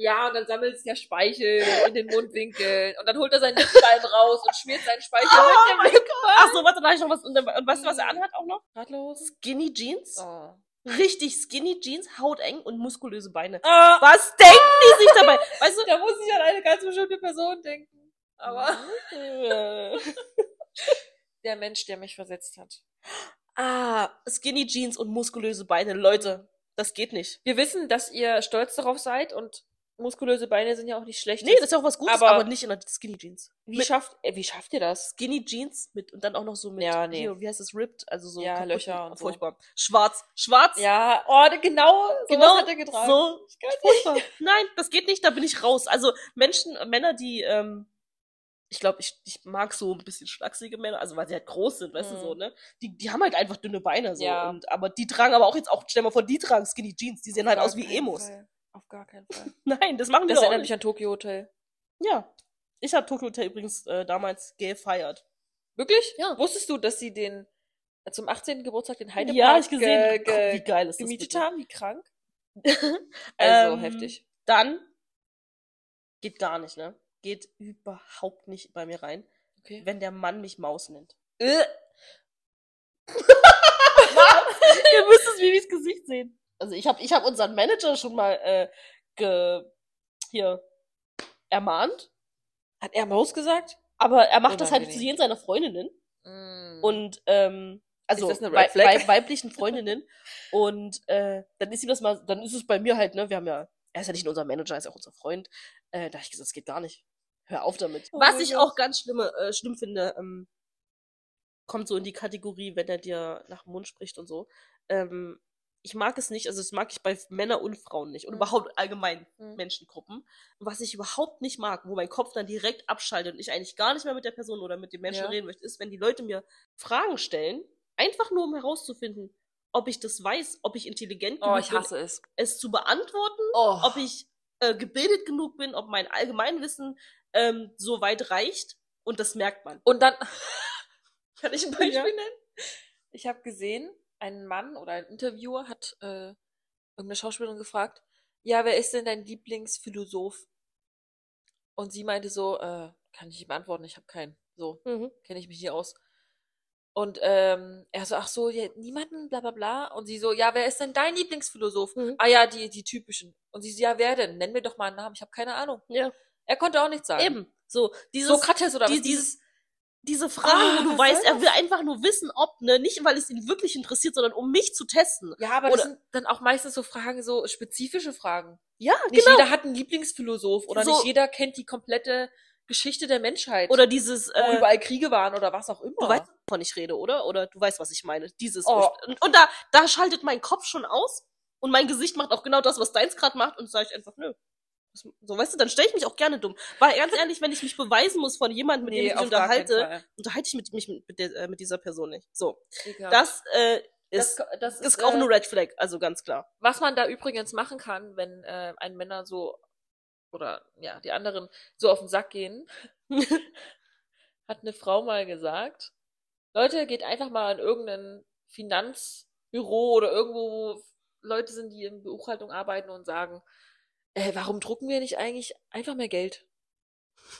ja, und dann sammelt der Speichel in den Mundwinkeln und dann holt er seinen Lippballen raus und schmiert seinen Speichel Oh mit dem Lippballen. Ach so, warte, da hab ich noch was. Und, dann, und weißt du, was er anhat auch noch? Ratlos. Skinny Jeans. Oh. Richtig skinny Jeans, hauteng und muskulöse Beine. Ah, Was denken die sich dabei? Weißt du? da muss ich an eine ganz bestimmte Person denken. Aber Aber. der Mensch, der mich versetzt hat. Ah, skinny Jeans und muskulöse Beine. Leute, das geht nicht. Wir wissen, dass ihr stolz darauf seid und muskulöse Beine sind ja auch nicht schlecht. Nee, das ist ja auch was Gutes, aber, Aber- nicht in der Skinny Jeans. wie, mit- schafft, äh, wie schafft ihr das? Skinny Jeans mit und dann auch noch so mit Ja, nee. hier, wie heißt das, ripped, also so Ja, kaputt- Löcher und so. furchtbar. Schwarz, schwarz. Ja, oh, genau, sowas Genau, hat er getragen. So Ich kann nicht. furchtbar. Nein, das geht nicht, da bin ich raus. Also Menschen, äh, Männer, die ähm ich glaube, ich, ich mag so ein bisschen schlachsige Männer, also weil sie halt groß sind, weißt du Mhm. so, ne? Die, die haben halt einfach dünne Beine so Ja. und aber die tragen aber auch jetzt auch stell mal vor, die tragen Skinny Jeans, die sehen halt Auf aus gar wie keinen Emos. Fall. Auf gar keinen Fall. Nein, das machen die Das doch auch erinnert mich nicht. an Tokyo Hotel. Ja. Ich habe Tokyo Hotel übrigens äh, damals gefeiert. Wirklich? Ja. Wusstest du, dass sie den äh, zum 18. Geburtstag den Heidepark ja, ich gesehen. ge Guck, äh, ge wie geil ist das gemietet bitte? haben? Wie krank? Also heftig. Dann geht gar nicht, ne? Geht überhaupt nicht bei mir rein, Okay. wenn der Mann mich Maus nennt. Äh, Ihr müsst es Vivis Gesicht sehen. Also ich habe ich hab unseren Manager schon mal äh, ge hier ermahnt, hat er Maus gesagt? aber er macht das halt Unangenehm. zu jedem seiner Freundinnen Und und ähm, also Hm. Ist das eine wei- Red Flag? wei- weiblichen Freundinnen und äh, dann ist ihm das mal, dann ist es bei mir halt, ne, wir haben ja, er ist ja nicht nur unser Manager, er ist auch unser Freund, äh, da hab ich gesagt, das geht gar nicht. Hör auf damit. Oh Was mein ich Gott. auch ganz schlimme, äh, schlimm finde, ähm, kommt so in die Kategorie, wenn er dir nach dem Mund spricht und so. Ähm, ich mag es nicht, also das mag ich bei Männer und Frauen nicht und Mhm. überhaupt allgemein Mhm. Menschengruppen. Was ich überhaupt nicht mag, wo mein Kopf dann direkt abschaltet und ich eigentlich gar nicht mehr mit der Person oder mit dem Menschen Ja. reden möchte, ist, wenn die Leute mir Fragen stellen, einfach nur um herauszufinden, ob ich das weiß, ob ich intelligent genug oh, ich bin, hasse es. es zu beantworten, Oh. ob ich äh, gebildet genug bin, ob mein Allgemeinwissen ähm, so weit reicht. Und das merkt man. Und dann Kann ich ein Beispiel Beispiel ja. nennen? Ich habe gesehen, ein Mann oder ein Interviewer hat äh, irgendeine Schauspielerin gefragt, ja, wer ist denn dein Lieblingsphilosoph? Und sie meinte so, äh, kann ich nicht beantworten, ich habe keinen. So, Mhm. kenne ich mich hier aus. Und ähm, er so, ach so, ja, niemanden, bla bla bla. Und sie so, ja, wer ist denn dein Lieblingsphilosoph? Mhm. Ah ja, die, die typischen. Und sie so, ja, wer denn? Nenn mir doch mal einen Namen, ich habe keine Ahnung. Ja. Er konnte auch nichts sagen. Eben. So, dieses, Sokrates oder die- was? Dieses, diese Fragen, Ah, wo du was weißt, soll er will einfach nur wissen, ob, ne, nicht weil es ihn wirklich interessiert, sondern um mich zu testen. ja, aber oder- das sind dann auch meistens so Fragen, so spezifische Fragen. Ja, Nicht genau. jeder hat einen Lieblingsphilosoph oder So. nicht jeder kennt die komplette Geschichte der Menschheit. Oder dieses, wo äh, überall Kriege waren oder was auch immer. du weißt, wovon ich rede, oder? Oder du weißt, was ich meine. Dieses. Oh. Und, und da, da schaltet mein Kopf schon aus und mein Gesicht macht auch genau das, was deins gerade macht und sage ich einfach, nö. Das- So, weißt du, dann stelle ich mich auch gerne dumm. Weil ganz ehrlich, wenn ich mich beweisen muss von jemandem, mit dem ich mich auf gar unterhalte, keinen Fall. unterhalte ich mit, mich mit, mit, der, äh, mit dieser Person nicht. So, Ekelhaft. das, äh, Das- ist, das ist, auch äh, eine Red Flag, also ganz klar. Was man da übrigens machen kann, wenn äh, ein Männer so oder ja, die anderen so auf den Sack gehen, hat eine Frau mal gesagt, Leute, geht einfach mal in irgendein Finanzbüro oder irgendwo, wo Leute sind, die in Buchhaltung arbeiten und sagen, äh, warum drucken wir nicht eigentlich einfach mehr Geld?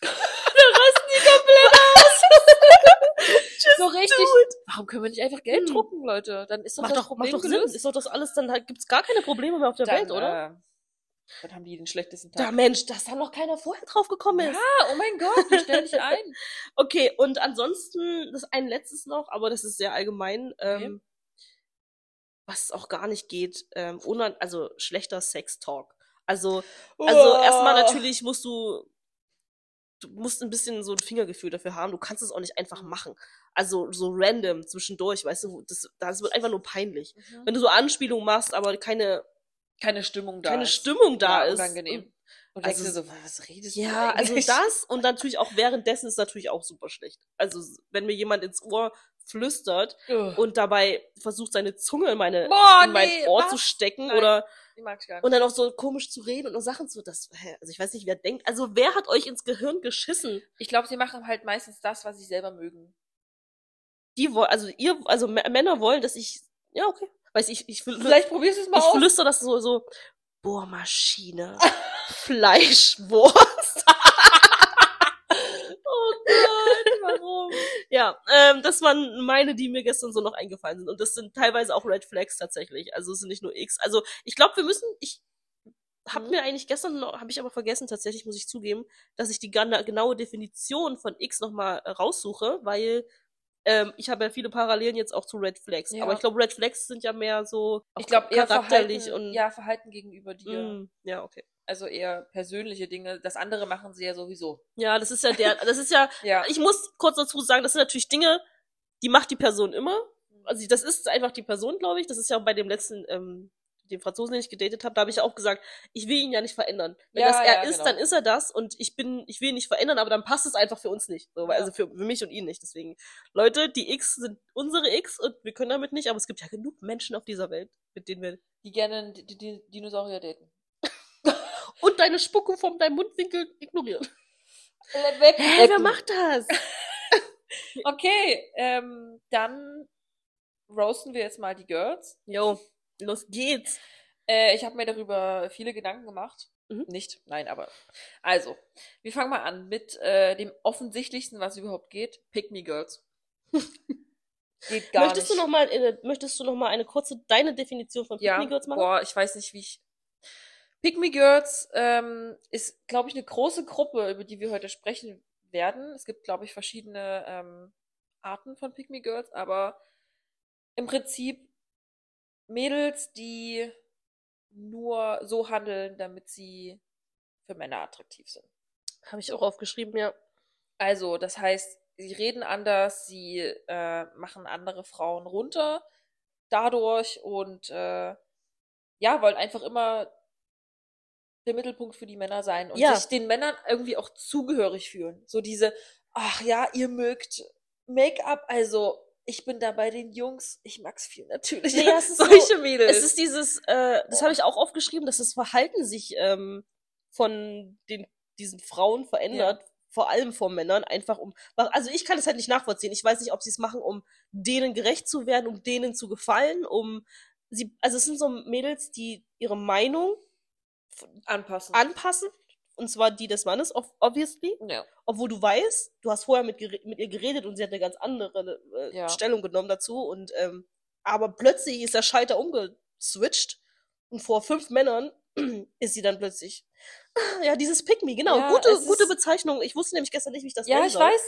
da rasten die komplett aus. so richtig. Warum können wir nicht einfach Geld Hm. drucken, Leute? Dann ist doch Macht das doch, Problem macht doch Sinn. gelöst Ist doch das alles, dann halt gibt's gar keine Probleme mehr auf der Welt, oder? äh, dann haben die den schlechtesten Da Tag. Mensch, dass da noch keiner vorher drauf gekommen ist. Ja, oh mein Gott, wir stellen dich ein. Okay, und ansonsten, das ein letztes noch, aber das ist sehr allgemein, ähm, was auch gar nicht geht, ähm, ohne, also schlechter Sex-Talk. Also, also erstmal natürlich musst du, du musst ein bisschen so ein Fingergefühl dafür haben, du kannst es auch nicht einfach Mhm. machen. Also so random zwischendurch, weißt du, das, das wird einfach nur peinlich. natürlich. Wenn du so Anspielungen machst, aber keine, Mhm. Keine Stimmung da. keine ist. Stimmung da ja, ist. Unangenehm. Und also- denkst du so, was redest Ja, du also eigentlich? das und natürlich auch währenddessen ist natürlich auch super schlecht. Also s- wenn mir jemand ins Ohr flüstert Ugh. und dabei versucht seine Zunge in meine Boah, in mein nee, Ohr was? zu stecken Nein. oder Die mag ich gar nicht. Und dann auch so komisch zu reden und noch Sachen zu, das, hä, also ich weiß nicht, wer denkt, also wer hat euch ins Gehirn geschissen? ich glaube, sie machen halt meistens das, was sie selber mögen. Die wollen, also ihr, also M Männer wollen, dass ich, ja, okay, weiß ich, ich will, Vielleicht probierst du es mal ich aus. flüster das so, so, Bohrmaschine, Fleischwurst. Oh Gott, warum? Ja, ähm, das waren meine, die mir gestern so noch eingefallen sind. Und das sind teilweise auch Red Flags tatsächlich. Also es sind nicht nur X. Also ich glaube, wir müssen, ich habe Mhm. mir eigentlich gestern noch, habe ich aber vergessen tatsächlich, muss ich zugeben, dass ich die gana- genaue Definition von X nochmal raussuche, weil ähm, ich habe ja viele Parallelen jetzt auch zu Red Flags. Ja. Aber ich glaube, Red Flags sind ja mehr so Ich glaube eher charakterlich Verhalten, und Mm. ja, Verhalten gegenüber dir. mh, ja, okay. Also eher persönliche Dinge. Das andere machen sie ja sowieso. Ja, das ist ja der, das ist ja, Ja. ich muss kurz dazu sagen, das sind natürlich Dinge, die macht die Person immer. Also das ist einfach die Person, glaube ich. Das ist ja bei dem letzten, ähm, dem Franzosen, den ich gedatet habe, da habe ich ja auch gesagt, ich will ihn ja nicht verändern. Wenn Ja, das er ja, ist, genau. dann ist er das und ich bin, ich will ihn nicht verändern, aber dann passt es einfach für uns nicht. So, weil- Ja. Also für, für mich und ihn nicht. Deswegen, Leute, die X sind unsere X und wir können damit nicht, aber es gibt ja genug Menschen auf dieser Welt, mit denen wir. Die gerne einen Di- Di- Dinosaurier daten. Und deine Spucke von deinem Mundwinkel ignorieren. Äh, Weg, Hey, wer Decken. macht das? Okay, ähm, dann roasten wir jetzt mal die Girls. Jo, los geht's. Äh, ich habe mir darüber viele Gedanken gemacht. Mhm. Nicht, nein, aber. Also, wir fangen mal an mit äh, dem offensichtlichsten, was überhaupt geht. Pick me Girls. geht gar möchtest nicht. du noch mal, äh, möchtest du noch mal eine kurze deine Definition von ja, Pygmy Girls machen? boah, ich weiß nicht, wie ich. Pick Me Girls ähm, ist, glaube ich, eine große Gruppe, über die wir heute sprechen werden. Es gibt, glaube ich, verschiedene ähm, Arten von Pick Me Girls, aber im Prinzip Mädels, die nur so handeln, damit sie für Männer attraktiv sind. Habe ich auch aufgeschrieben, ja. Also, das heißt, sie reden anders, sie äh, machen andere Frauen runter dadurch und äh, ja, wollen einfach immer der Mittelpunkt für die Männer sein und Ja. sich den Männern irgendwie auch zugehörig fühlen. So diese, ach ja, ihr mögt Make-up, also ich bin da bei den Jungs, ich mag's viel natürlich. Naja, es ist so- Solche Mädels. Es ist dieses, äh, das habe ich auch aufgeschrieben, dass das Verhalten sich ähm, von den diesen Frauen verändert, vor allem von Männern, einfach um. Also ich kann es halt nicht nachvollziehen. Ich weiß nicht, ob sie es machen, um denen gerecht zu werden, um denen zu gefallen, um sie. Also es sind so Mädels, die ihre Meinung anpassen. anpassen. Und zwar die des Mannes, ob- obviously. ja. obwohl du weißt, du hast vorher mit, gere- mit ihr geredet und sie hat eine ganz andere äh, Ja. Stellung genommen dazu und ähm, aber plötzlich ist der Schalter umgeswitcht und vor fünf Männern ist sie dann plötzlich Ah, ja dieses Pick Me genau Ja, gute es gute ist- Bezeichnung ich wusste nämlich gestern nicht wie ich das ja, nennen ich soll. weiß.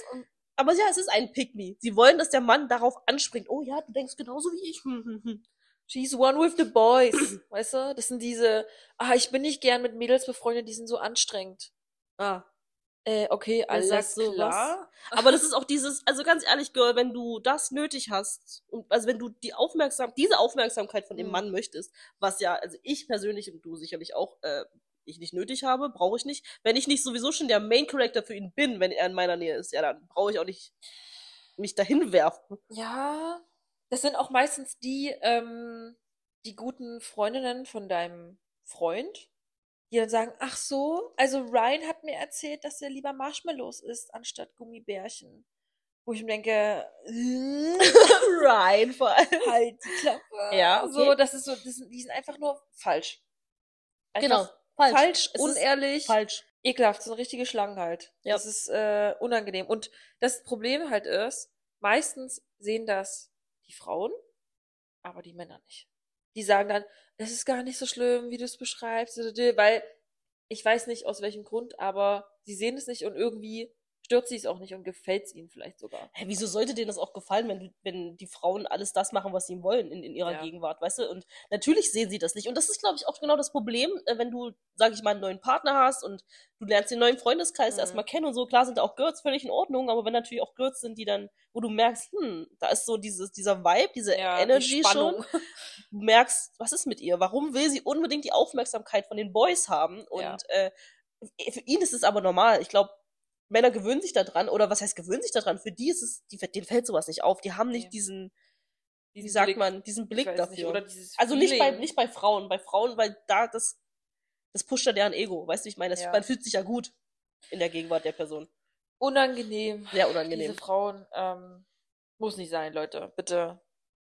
aber ja es ist ein Pick Me sie wollen dass der Mann darauf anspringt oh ja du denkst genauso wie ich Hm, hm, hm. She's one with the boys. weißt du? Das sind diese, ah, ich bin nicht gern mit Mädels befreundet, die sind so anstrengend. ah Äh, okay, alles sagt sowas? klar. Aber das ist auch dieses, also ganz ehrlich, Girl, wenn du das nötig hast, und also wenn du die Aufmerksam, diese Aufmerksamkeit von dem Mhm. Mann möchtest, was ja, also ich persönlich und du sicherlich auch, äh, ich nicht nötig habe, brauche ich nicht. Wenn ich nicht sowieso schon der Main Character für ihn bin, wenn er in meiner Nähe ist, ja, dann brauche ich auch nicht mich dahin werfen. Ja, das sind auch meistens die, ähm, die guten Freundinnen von deinem Freund, die dann sagen, ach so, also Ryan hat mir erzählt, dass er lieber Marshmallows isst, anstatt Gummibärchen. Wo ich mir denke, hm, Ryan vor allem. halt die Klappe. Ja, okay. So, das ist so, das sind, die sind einfach nur falsch. Genau. Einfach Falsch. falsch, Es ist unehrlich. Falsch. ekelhaft, so eine richtige Schlange halt. Ja. Das ist äh, unangenehm. Und das Problem halt ist, meistens sehen das die Frauen, aber die Männer nicht. Die sagen dann, es ist gar nicht so schlimm, wie du es beschreibst, weil ich weiß nicht aus welchem Grund, aber sie sehen es nicht und irgendwie stört sie es auch nicht und gefällt es ihnen vielleicht sogar. Hä, wieso sollte denen das auch gefallen, wenn, wenn die Frauen alles das machen, was sie wollen in, in ihrer Ja. Gegenwart, weißt du? Und natürlich sehen sie das nicht. Und das ist, glaube ich, auch genau das Problem, äh, wenn du, sag ich mal, einen neuen Partner hast und du lernst den neuen Freundeskreis Mhm. erstmal kennen und so. Klar sind da auch Girls völlig in Ordnung, aber wenn natürlich auch Girls sind, die dann, wo du merkst, hm, da ist so dieses, dieser Vibe, diese Ja, die Also Energy schon. Spannung. Du merkst, was ist mit ihr? Warum will sie unbedingt die Aufmerksamkeit von den Boys haben? Und Ja. äh, für ihn ist es aber normal. Ich glaube, Männer gewöhnen sich daran, oder was heißt gewöhnen sich daran? Für die ist es, die, denen fällt sowas nicht auf. Die haben nicht Nee. diesen, wie Diesen sagt Blick. man, diesen Ich Blick weiß dafür. Nicht, oder dieses Also nicht bei, Feeling. nicht bei Frauen, bei Frauen, weil da das, das pusht ja deren Ego, weißt du, wie ich meine, das, Ja. man fühlt sich ja gut in der Gegenwart der Person. Unangenehm. Sehr Diese unangenehm. Frauen, ähm, muss nicht sein, Leute. Bitte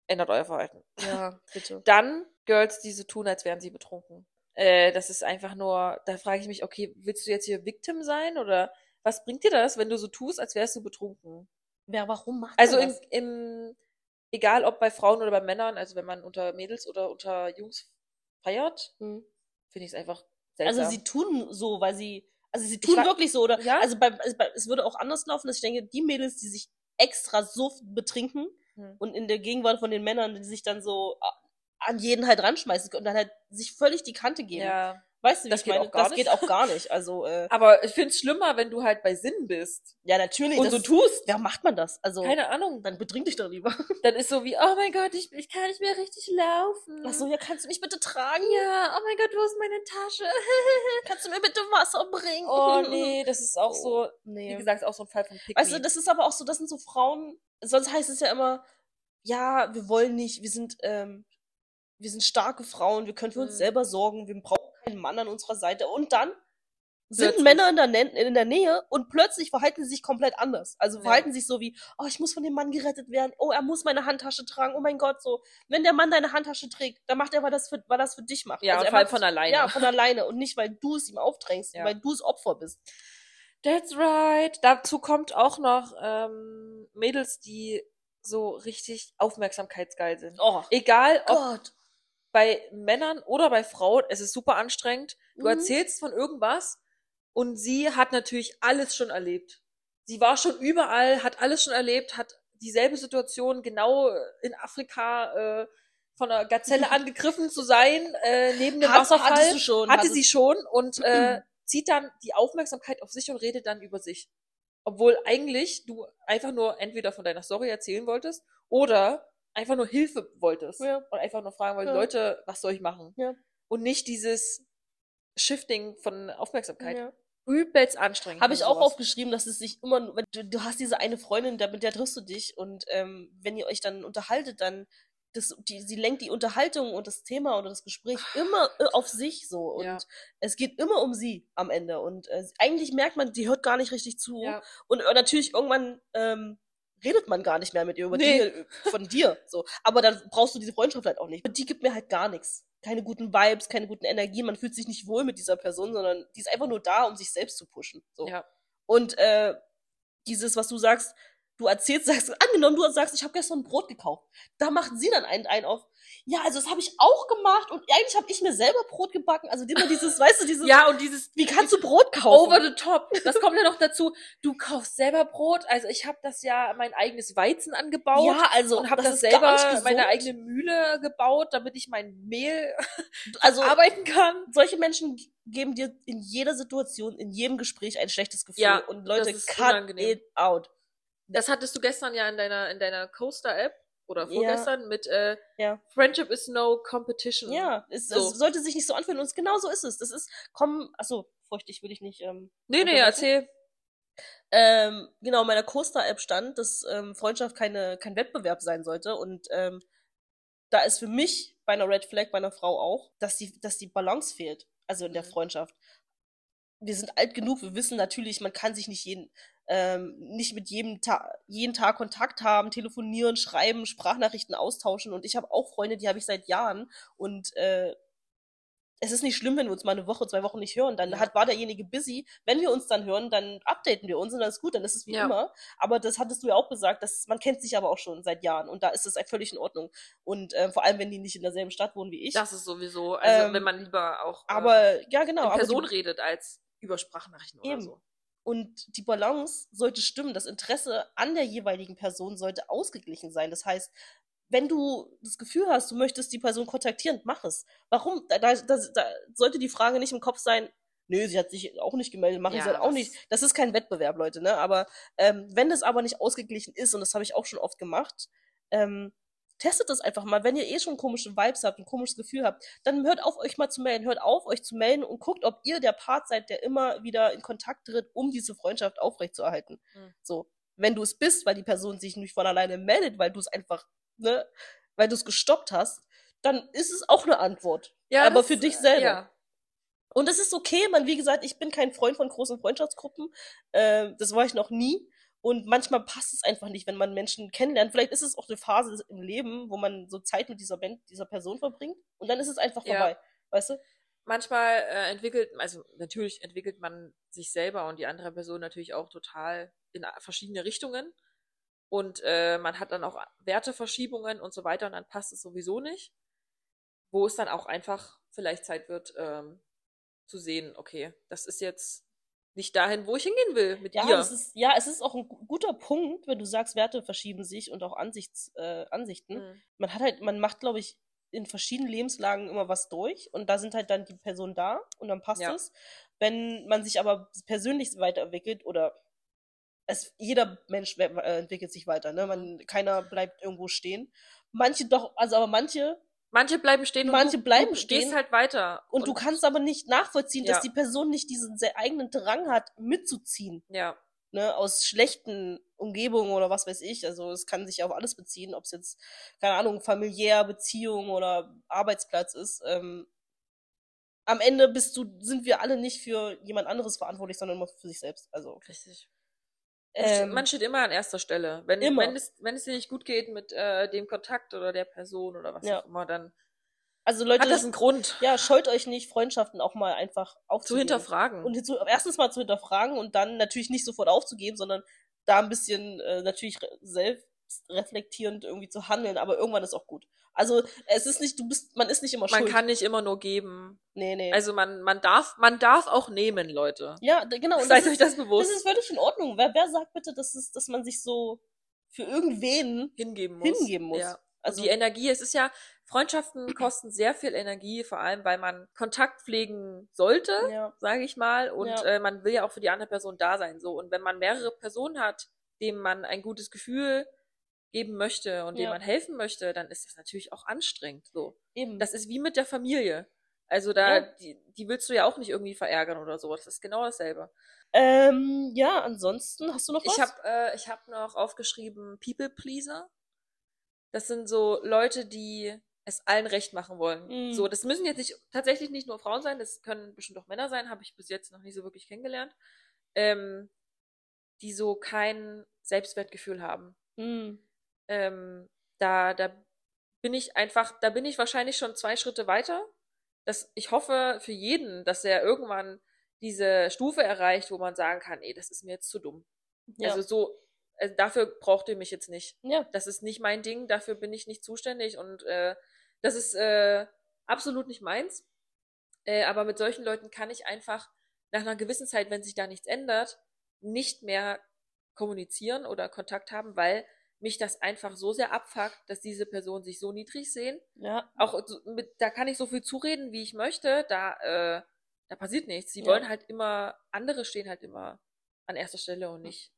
ändert euer Verhalten. Ja, bitte. Dann Girls, die so tun, als wären sie betrunken. Äh, das ist einfach nur, da frage ich mich, okay, willst du jetzt hier Victim sein oder was bringt dir das, wenn du so tust, als wärst du betrunken? Wer, warum macht Also man in, das? im, egal ob bei Frauen oder bei Männern, also wenn man unter Mädels oder unter Jungs feiert, Hm. finde ich es einfach Also seltsam. sie tun so, weil sie, also sie tun wa- wirklich so, oder? Ja. Also, bei, also bei, es würde auch anders laufen, dass ich denke, die Mädels, die sich extra so betrinken Hm. und in der Gegenwart von den Männern, die sich dann so a- an jeden halt ranschmeißen und dann halt sich völlig die Kante geben. ja. Weißt du, wie Das ich geht meine? auch gar das geht nicht. auch gar nicht. Also, äh, Aber ich finde es schlimmer, wenn du halt bei Sinn bist ja, natürlich. und das- so tust. Warum macht man das? Also, Keine Ahnung. dann betrink dich doch lieber. Dann ist so wie, oh mein Gott, ich, ich kann nicht mehr richtig laufen. Ach so, ja, kannst du mich bitte tragen? ja, oh mein Gott, wo ist meine Tasche? Kannst du mir bitte Wasser bringen? Oh nee, das ist auch so, wie Nee. gesagt, auch so ein Fall von Pick weißt du, me. Also, das ist aber auch so, das sind so Frauen, sonst heißt es ja immer, ja, wir wollen nicht, wir sind, ähm, wir sind starke Frauen, wir können für uns Mhm. selber sorgen, wir brauchen keinen Mann an unserer Seite. Und dann sind Plötzlich. Männer in der, Nä- in der Nähe und plötzlich verhalten sie sich komplett anders. Also Ja. verhalten sich so wie, oh, ich muss von dem Mann gerettet werden, oh, er muss meine Handtasche tragen, oh mein Gott, so. Wenn der Mann deine Handtasche trägt, dann macht er, weil das für, weil das für dich macht. Ja, Also und er vor allem macht- von alleine. Ja, von alleine und nicht, weil du es ihm aufdrängst, Ja. weil du es Opfer bist. That's right. Dazu kommt auch noch ähm, Mädels, die so richtig aufmerksamkeitsgeil sind. Oh, Egal, ob Gott. bei Männern oder bei Frauen, es ist super anstrengend. Du Mhm. erzählst von irgendwas und sie hat natürlich alles schon erlebt. Sie war schon überall, hat alles schon erlebt, hat dieselbe Situation genau in Afrika äh, von einer Gazelle angegriffen zu sein, äh, neben dem Hat- Wasserfall. Hattest du schon. hatte hattest- sie schon und äh, zieht dann die Aufmerksamkeit auf sich und redet dann über sich. Obwohl eigentlich du einfach nur entweder von deiner Story erzählen wolltest oder einfach nur Hilfe wolltest. Ja. Und einfach nur fragen wolltest, Ja. Leute, was soll ich machen? Ja. Und nicht dieses Shifting von Aufmerksamkeit. Ja. Übelst anstrengend. Habe ich wenn auch sowas- aufgeschrieben, dass es sich immer, nur- wenn du, du hast diese eine Freundin, da- mit der triffst du dich und ähm, wenn ihr euch dann unterhaltet, dann das, die, sie lenkt die Unterhaltung und das Thema oder das Gespräch immer äh, auf sich so und Ja. es geht immer um sie am Ende und äh, eigentlich merkt man, die hört gar nicht richtig zu Ja. und äh, natürlich irgendwann ähm, redet man gar nicht mehr mit ihr über Nee. Dinge äh, von dir so, aber dann brauchst du diese Freundschaft halt auch nicht. Die gibt mir halt gar nichts. Keine guten Vibes, keine guten Energien, man fühlt sich nicht wohl mit dieser Person, sondern die ist einfach nur da, um sich selbst zu pushen. So. Ja. Und äh, dieses, was du sagst, du erzählst, sagst, angenommen, du sagst, ich habe gestern Brot gekauft. Da macht sie dann einen, einen auf. Ja, also das habe ich auch gemacht und eigentlich habe ich mir selber Brot gebacken. Also immer dieses, weißt du, dieses, ja, und dieses wie kannst du Brot Also kaufen? Over the top. Das kommt ja noch dazu. Du kaufst selber Brot. Also ich habe das ja mein eigenes Weizen angebaut. ja, also und habe das, ist gar nicht selber gesund. meine eigene Mühle gebaut, damit ich mein Mehl Also arbeiten kann. solche Menschen g- geben dir in jeder Situation, in jedem Gespräch ein schlechtes Gefühl. Ja, und Leute, das ist cut unangenehm. it out. Das hattest du gestern ja in deiner in deiner Coaster App oder Ja. vorgestern mit äh, Ja. Friendship is no competition. Ja, es, Mhm. So. es sollte sich nicht so anfühlen und es- genau so ist es. Das ist, komm, achso, feuchtig will ich nicht. Ähm, Nee, nee, Unterbrechen? erzähl. ähm, genau, in meiner Coaster-App stand, dass ähm, Freundschaft keine, kein Wettbewerb sein sollte. Und ähm, da ist für mich bei einer Red Flag, bei einer Frau auch, dass die, dass die Balance fehlt. Also in der Mhm. Freundschaft. Wir sind alt genug, wir wissen natürlich, man kann sich nicht jeden, ähm, nicht mit jedem Ta jeden Tag Kontakt haben, telefonieren, schreiben, Sprachnachrichten austauschen. Und ich habe auch Freunde, die habe ich seit Jahren. Und äh, es ist nicht schlimm, wenn wir uns mal eine Woche, zwei Wochen nicht hören. Dann Ja. hat, war derjenige busy. Wenn wir uns dann hören, dann updaten wir uns und dann ist gut, dann ist es wie Ja. immer. Aber das hattest du ja auch gesagt, dass man kennt sich aber auch schon seit Jahren und da ist es völlig in Ordnung. Und äh, vor allem, wenn die nicht in derselben Stadt wohnen wie ich. Das ist sowieso, also Ähm, wenn man lieber auch äh, aber ja, genau. in aber Person die, redet als über Sprachnachrichten Eben. oder so. und die Balance sollte stimmen. Das Interesse an der jeweiligen Person sollte ausgeglichen sein. Das heißt, wenn du das Gefühl hast, du möchtest die Person kontaktieren, mach es. Warum? Da, da, da, da sollte die Frage nicht im Kopf sein, nö, sie hat sich auch nicht gemeldet, mache ich Ja, halt auch das- nicht. Das ist kein Wettbewerb, Leute, ne? Aber ähm, wenn das aber nicht ausgeglichen ist, und das habe ich auch schon oft gemacht, ähm, testet das einfach mal. Wenn ihr eh schon komische Vibes habt, ein komisches Gefühl habt, dann hört auf, euch mal zu melden. Hört auf, euch zu melden und guckt, ob ihr der Part seid, der immer wieder in Kontakt tritt, um diese Freundschaft aufrechtzuerhalten. Mhm. So. Wenn du es bist, weil die Person sich nicht von alleine meldet, weil du es einfach, ne, weil du es gestoppt hast, dann ist es auch eine Antwort. Ja, aber das- äh, für dich selber. Ja. Und das ist okay, man, wie gesagt, ich bin kein Freund von großen Freundschaftsgruppen. Äh, das war ich noch nie. Und manchmal passt es einfach nicht, wenn man Menschen kennenlernt. Vielleicht ist es auch eine Phase im Leben, wo man so Zeit mit dieser Band, dieser Person verbringt. Und dann ist es einfach Ja. vorbei. Weißt du? Manchmal äh, entwickelt, also natürlich entwickelt man sich selber und die andere Person natürlich auch total in a- verschiedene Richtungen. Und äh, man hat dann auch Werteverschiebungen und so weiter und dann passt es sowieso nicht. Wo es dann auch einfach vielleicht Zeit wird, ähm, zu sehen, okay, das ist jetzt nicht dahin, wo ich hingehen will mit Ja, ihr. das ist, ja, es ist auch ein gu- guter Punkt, wenn du sagst, Werte verschieben sich und auch Ansichts, äh, Ansichten. Mhm. Man hat halt, man macht, glaube ich, in verschiedenen Lebenslagen immer was durch und da sind halt dann die Personen da und dann passt Ja. es. Wenn man sich aber persönlich weiterentwickelt oder es, jeder Mensch we- äh, entwickelt sich weiter, ne? Man, keiner bleibt irgendwo stehen. Manche doch, also aber manche, Manche bleiben stehen Manche und du, bleiben du stehen. gehst halt weiter. und, du kannst aber nicht nachvollziehen, dass Ja. die Person nicht diesen sehr eigenen Drang hat, mitzuziehen Ja, ne, aus schlechten Umgebungen oder was weiß ich. Also es kann sich auf alles beziehen, ob es jetzt, keine Ahnung, familiär, Beziehung oder Arbeitsplatz ist. Ähm, am Ende bist du, sind wir alle nicht für jemand anderes verantwortlich, sondern immer für sich selbst. Also richtig. ähm, man steht immer an erster Stelle. Wenn, immer. wenn, es, wenn es dir nicht gut geht mit äh, dem Kontakt oder der Person oder was Ja. auch immer, dann also Leute, hat das einen Grund ja, scheut euch nicht, Freundschaften auch mal einfach zu aufzugeben. hinterfragen. Und hinzu, erstens mal zu hinterfragen und dann natürlich nicht sofort aufzugeben, sondern da ein bisschen äh, natürlich re- selbstreflektierend irgendwie zu handeln, aber irgendwann ist auch gut. Also es ist nicht, du bist, man ist nicht immer man schuld. kann nicht immer nur geben. nee, nee. Also man, man darf, man darf auch nehmen, Leute. ja, d- genau. Und das Seid euch ist, das das bewusst. ist völlig in Ordnung. Wer, wer sagt bitte, dass, es, dass man sich so für irgendwen hingeben muss. hingeben muss? Ja. Also Also die Energie, es ist ja, Freundschaften kosten sehr viel Energie, vor allem weil man Kontakt pflegen sollte. ja. sage ich mal. Und Ja. äh, man will ja auch für die andere Person da sein. So. Und wenn man mehrere Personen hat, dem man ein gutes Gefühl geben möchte und Ja. dem man helfen möchte, dann ist das natürlich auch anstrengend. So. eben. Das ist wie mit der Familie. Also da, Ja. die, die willst du ja auch nicht irgendwie verärgern oder so. Das ist genau dasselbe. ähm, ja, ansonsten hast du noch was? Ich habe äh, ich hab noch aufgeschrieben People Pleaser. Das sind so Leute, die es allen recht machen wollen. Mm. So, das müssen jetzt nicht tatsächlich nicht nur Frauen sein, das können bestimmt auch Männer sein, habe ich bis jetzt noch nicht so wirklich kennengelernt. Ähm, die so kein Selbstwertgefühl haben. Hm. Ähm, da, da bin ich einfach, da bin ich wahrscheinlich schon zwei Schritte weiter. Das, ich hoffe für jeden, dass er irgendwann diese Stufe erreicht, wo man sagen kann, ey, das ist mir jetzt zu dumm. Ja. Also so, also dafür braucht ihr mich jetzt nicht. ja. Das ist nicht mein Ding, dafür bin ich nicht zuständig und äh, das ist äh, absolut nicht meins. Äh, aber mit solchen Leuten kann ich einfach nach einer gewissen Zeit, wenn sich da nichts ändert, nicht mehr kommunizieren oder Kontakt haben, weil mich das einfach so sehr abfuckt, dass diese Personen sich so niedrig sehen. Ja. Auch so mit, da kann ich so viel zureden, wie ich möchte, da, äh, da passiert nichts. Sie Ja. wollen halt immer, andere stehen halt immer an erster Stelle und nicht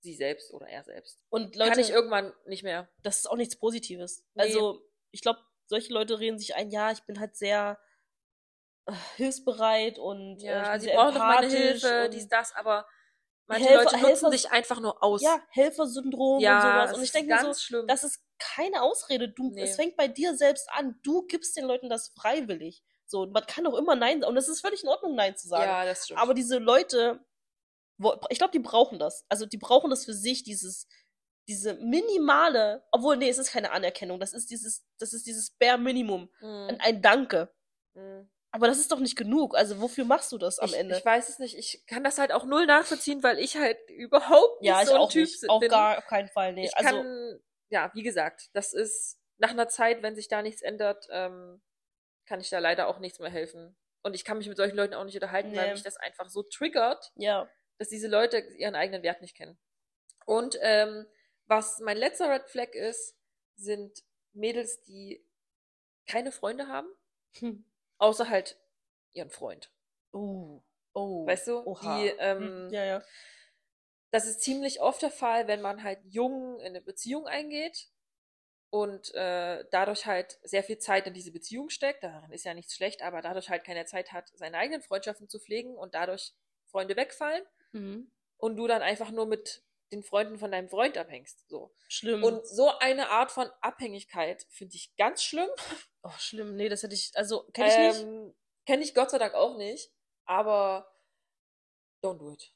sie selbst oder er selbst. Und Leute, Kann ich irgendwann nicht mehr. das ist auch nichts Positives. Nee. Also, ich glaube, solche Leute reden sich ein, ja, ich bin halt sehr äh, hilfsbereit und äh, ich Ja, bin sie sehr brauchen doch meine empathisch Hilfe, und- dies, das, aber manche Helfer- Leute nutzen Helfer- dich einfach nur aus. Ja, Helfersyndrom Ja, und sowas. es Und ich ist denke mir so, ganz schlimm. das ist keine Ausrede. Du, Nee. Es fängt bei dir selbst an. Du gibst den Leuten das freiwillig. So, man kann doch immer Nein sagen. Und es ist völlig in Ordnung, Nein zu sagen. ja, das stimmt. Aber diese Leute, wo- ich glaube, die brauchen das. Also die brauchen das für sich, dieses, diese minimale, obwohl, nee, es ist keine Anerkennung, das ist dieses, das ist dieses Bare Minimum. Ein, Mhm. ein Danke. Mhm. Aber das ist doch nicht genug. Also wofür machst du das am ich, Ende? ich weiß es nicht. Ich kann das halt auch null nachvollziehen, weil ich halt überhaupt nicht ja, ich so ein auch Typ nicht. Auf bin. gar keinen Fall, nee. ich also, kann, ja, wie gesagt, das ist nach einer Zeit, wenn sich da nichts ändert, ähm, kann ich da leider auch nichts mehr helfen. Und ich kann mich mit solchen Leuten auch nicht unterhalten, Nee. weil mich das einfach so triggert. ja. dass diese Leute ihren eigenen Wert nicht kennen. Und ähm, was mein letzter Red Flag ist, sind Mädels, die keine Freunde haben, Hm. außer halt ihren Freund. Oh. Oh. Weißt du, Oha. die, ähm, Hm, ja, ja. Das ist ziemlich oft der Fall, wenn man halt jung in eine Beziehung eingeht und äh, dadurch halt sehr viel Zeit in diese Beziehung steckt. Daran ist ja nichts schlecht, aber dadurch halt keine Zeit hat, seine eigenen Freundschaften zu pflegen und dadurch Freunde wegfallen. Mhm. und du dann einfach nur mit den Freunden von deinem Freund abhängst. So. Schlimm. Und so eine Art von Abhängigkeit finde ich ganz schlimm. oh, schlimm. Nee, das hätte ich, also, kenne ich nicht. ähm, Kenne ich Gott sei Dank auch nicht, aber don't do it.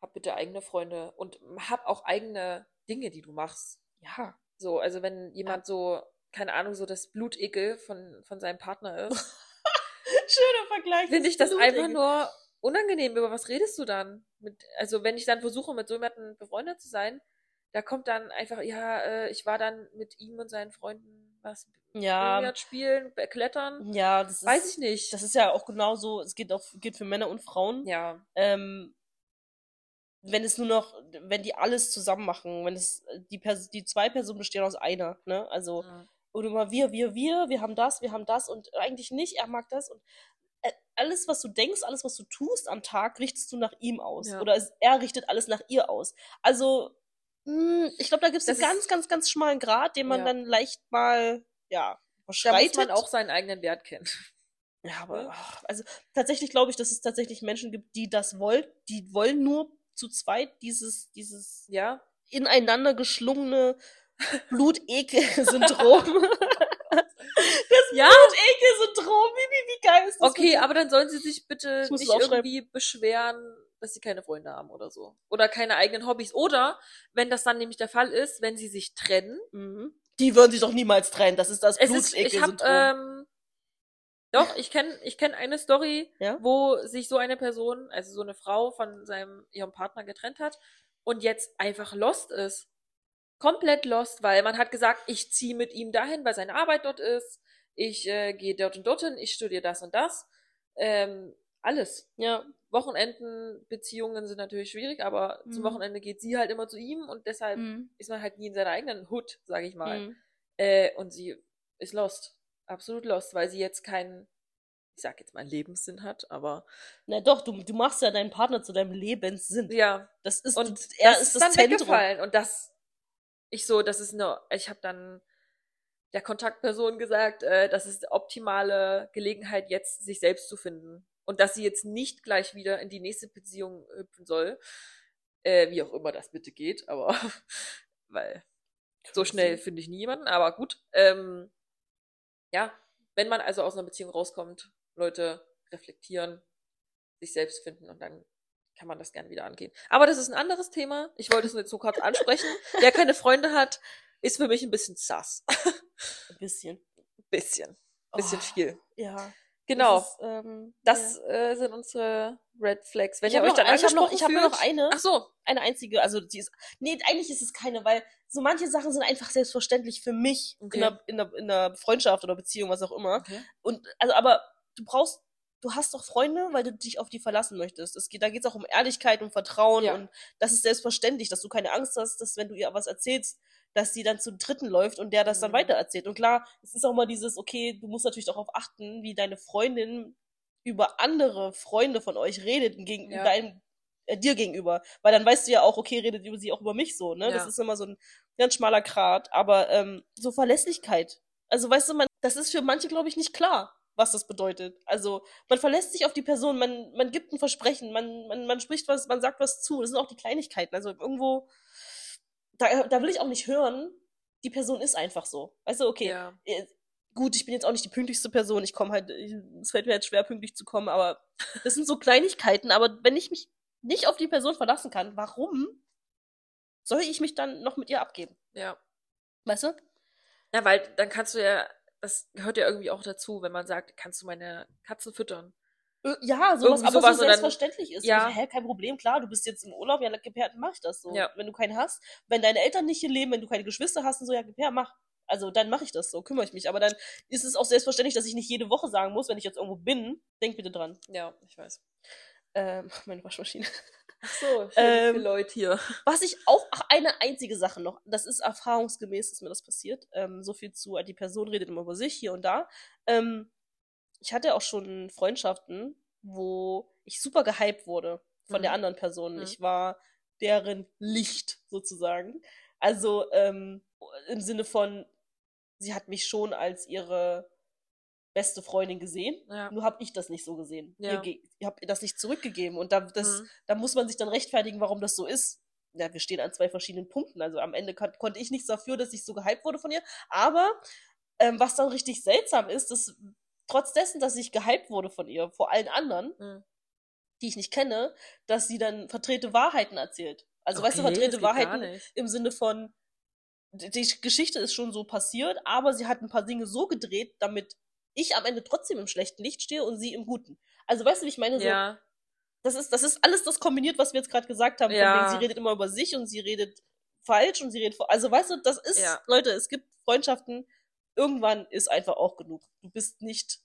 Hab bitte eigene Freunde und hab auch eigene Dinge, die du machst. Ja. So, also wenn jemand so, keine Ahnung, so das Blutekel von, von seinem Partner ist, Schöner Vergleich. finde ich das Blutegel. einfach nur unangenehm. Über was redest du dann? Mit, also wenn ich dann versuche, mit so jemandem befreundet zu sein, da kommt dann einfach, ja, äh, ich war dann mit ihm und seinen Freunden was Ja, Billard spielen, be- klettern, Ähm, ja, das ist. weiß ich nicht. Das ist ja auch genauso, es geht auch, geht für Männer und Frauen. ja, Ähm, wenn es nur noch, wenn die alles zusammen machen, wenn es die Pers die zwei Personen bestehen aus einer, ne? Also, Mhm. und immer wir, wir, wir, wir haben das, wir haben das und eigentlich nicht, er mag das und äh, alles, was du denkst, alles, was du tust am Tag, richtest du nach ihm aus. Ja. Oder es, er richtet alles nach ihr aus. Also, mh, ich glaube, da gibt es Das einen ganz, ist- ganz, ganz schmalen Grad, den man Ja. dann leicht mal, ja, da überschreitet. muss man auch seinen eigenen Wert kennen. Ja, Ne? aber ach, also tatsächlich glaube ich, dass es tatsächlich Menschen gibt, die das wollen, die wollen nur zu zweit dieses, dieses Ja, ineinander geschlungene Blutekel-Syndrom. Das Ja. Blutekel-Syndrom, wie, wie, wie geil ist das? okay, aber dann sollen sie sich bitte Ich muss es nicht aufschreiben. irgendwie beschweren, dass sie keine Freunde haben oder so. Oder keine eigenen Hobbys. Oder, wenn das dann nämlich der Fall ist, wenn sie sich trennen. Mhm. Die würden sich doch niemals trennen, das ist das Es ist, ich habe, Blutekel-Syndrom. ähm, doch, ich kenne ich kenn eine Story, Ja? wo sich so eine Person, also so eine Frau von seinem, ihrem Partner getrennt hat und jetzt einfach lost ist. Komplett lost, weil man hat gesagt, ich ziehe mit ihm dahin, weil seine Arbeit dort ist, ich äh, gehe dort und dorthin, ich studiere das und das. Ähm, alles. ja. Wochenenden, Beziehungen sind natürlich schwierig, aber Mhm. zum Wochenende geht sie halt immer zu ihm und deshalb Mhm. ist man halt nie in seiner eigenen Hut, sage ich mal. Mhm. Äh, und sie ist lost. Absolut lost, weil sie jetzt keinen, ich sag jetzt mal, einen Lebenssinn hat, aber Na doch, du, du machst ja deinen Partner zu deinem Lebenssinn. ja, Das ist, Und er das ist ist das dann Zentrum. weggefallen. Und das, ich so, das ist eine, ich habe dann der Kontaktperson gesagt, äh, das ist die optimale Gelegenheit, jetzt sich selbst zu finden. Und dass sie jetzt nicht gleich wieder in die nächste Beziehung hüpfen soll. Äh, wie auch immer das bitte geht, aber weil so Crazy. schnell finde ich niemanden, aber gut. Ähm, ja, wenn man also aus einer Beziehung rauskommt, Leute reflektieren, sich selbst finden und dann kann man das gerne wieder angehen. Aber das ist ein anderes Thema. Ich wollte es nur jetzt so kurz ansprechen. Wer keine Freunde hat, ist für mich ein bisschen sass. Ein bisschen. Oh, bisschen. Bisschen viel. Ja. Genau. Das, ist, ähm, ja. Das äh, sind unsere Red Flags. Wenn Ich ihr hab euch noch- dann ich hab noch- angesprochen ich hab nur noch fühlt- eine. Ach so. eine einzige, also die ist, nee, eigentlich ist es keine, weil so manche Sachen sind einfach selbstverständlich für mich Okay. in, einer, in, einer, in einer Freundschaft oder Beziehung, was auch immer. Okay. Und also, aber du brauchst, du hast doch Freunde, weil du dich auf die verlassen möchtest. Es geht, da geht es auch um Ehrlichkeit und Vertrauen Ja. und das ist selbstverständlich, dass du keine Angst hast, dass wenn du ihr was erzählst, dass sie dann zum Dritten läuft und der das dann Mhm. weitererzählt. Und klar, es ist auch mal dieses, okay, du musst natürlich darauf achten, wie deine Freundin über andere Freunde von euch redet gegen Ja. deinem äh, dir gegenüber, weil dann weißt du ja auch, okay, redet über sie auch über mich so, ne? Das Ja. ist immer so ein ganz schmaler Grat, aber ähm, so Verlässlichkeit. Also weißt du, man, das ist für manche, glaube ich, nicht klar, was das bedeutet. Also man verlässt sich auf die Person, man, man gibt ein Versprechen, man, man, man spricht was, man sagt was zu. Das sind auch die Kleinigkeiten. Also irgendwo, da, da will ich auch nicht hören, die Person ist einfach so. Weißt du, okay, Ja. äh, gut, ich bin jetzt auch nicht die pünktlichste Person, ich komme halt, ich- es fällt mir halt schwer, pünktlich zu kommen, aber das sind so Kleinigkeiten, aber wenn ich mich nicht auf die Person verlassen kann, warum soll ich mich dann noch mit ihr abgeben? Ja. Weißt du? Na, weil dann kannst du ja, das gehört ja irgendwie auch dazu, wenn man sagt, kannst du meine Katze füttern? Ö, Äh, Ja, sowas, Irgendwie sowas aber so und dann- selbstverständlich ist. Ja. Hä, kein Problem, klar, du bist jetzt im Urlaub, ja, Gepärten, mach ich das so. Ja. Wenn du keinen hast, wenn deine Eltern nicht hier leben, wenn du keine Geschwister hast und so, ja, Gepär, mach. Also dann mache ich das so, kümmere ich mich. Aber dann ist es auch selbstverständlich, dass ich nicht jede Woche sagen muss, wenn ich jetzt irgendwo bin, denk bitte dran. Ja, ich weiß. Ähm, meine Waschmaschine. Ach so, Ähm, viele Leute hier. Was ich auch, ach, eine einzige Sache noch, das ist erfahrungsgemäß, ist mir das passiert. Ähm, so viel zu, die Person redet immer über sich hier und da. Ähm, ich hatte auch schon Freundschaften, wo ich super gehypt wurde von Mhm. der anderen Person. Mhm. Ich war deren Licht sozusagen. Also ähm, im Sinne von, sie hat mich schon als ihre beste Freundin gesehen. Ja. Nur habe ich das nicht so gesehen. Ja. Ihr, ge- ihr habt ihr das nicht zurückgegeben. Und da, das, Mhm. da muss man sich dann rechtfertigen, warum das so ist. ja, wir stehen an zwei verschiedenen Punkten. Also am Ende kon konnte ich nichts dafür, dass ich so gehypt wurde von ihr. Aber ähm, was dann richtig seltsam ist, dass trotz dessen, dass ich gehypt wurde von ihr, vor allen anderen, Mhm. die ich nicht kenne, dass sie dann verdrehte Wahrheiten erzählt. Also weißt du, Okay, das verdrehte geht gar Wahrheiten nicht. im Sinne von, die die Geschichte ist schon so passiert, aber sie hat ein paar Dinge so gedreht, damit ich am Ende trotzdem im schlechten Licht stehe und sie im guten. Also weißt du, wie ich meine? So, Ja. das ist, das ist alles das kombiniert, was wir jetzt gerade gesagt haben. Ja. Von wegen, sie redet immer über sich und sie redet falsch und sie redet. vor- Also, weißt du, das ist, Ja. Leute, es gibt Freundschaften. Irgendwann ist einfach auch genug. Du bist nicht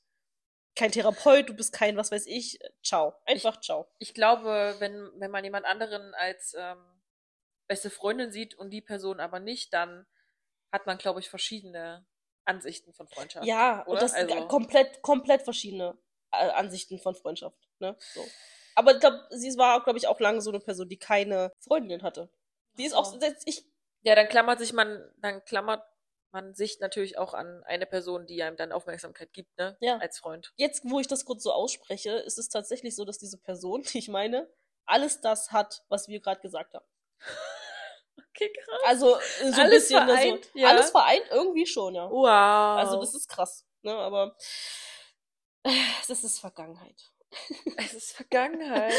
kein Therapeut, du bist kein, was weiß ich. Ciao. Einfach ciao. Ich glaube, wenn, wenn man jemand anderen als ähm, beste Freundin sieht und die Person aber nicht, dann hat man, glaube ich, verschiedene Ansichten von Freundschaft. Ja, und oder? das Also- sind komplett, komplett verschiedene äh, Ansichten von Freundschaft. Ne? So. Aber ich glaube, sie war, glaube ich, auch lange so eine Person, die keine Freundin hatte. Die ist Ach auch, so. ich Ja, dann klammert sich man, dann klammert man sich natürlich auch an eine Person, die einem dann Aufmerksamkeit gibt, ne? Ja. Als Freund. jetzt, wo ich das kurz so ausspreche, ist es tatsächlich so, dass diese Person, die ich meine, alles das hat, was wir gerade gesagt haben. Okay, krass. Also äh, so Alles ein bisschen vereint, so, ja. alles vereint irgendwie schon, ja. Wow. Also das ist krass, ne? Aber äh, das ist Vergangenheit. es ist Vergangenheit.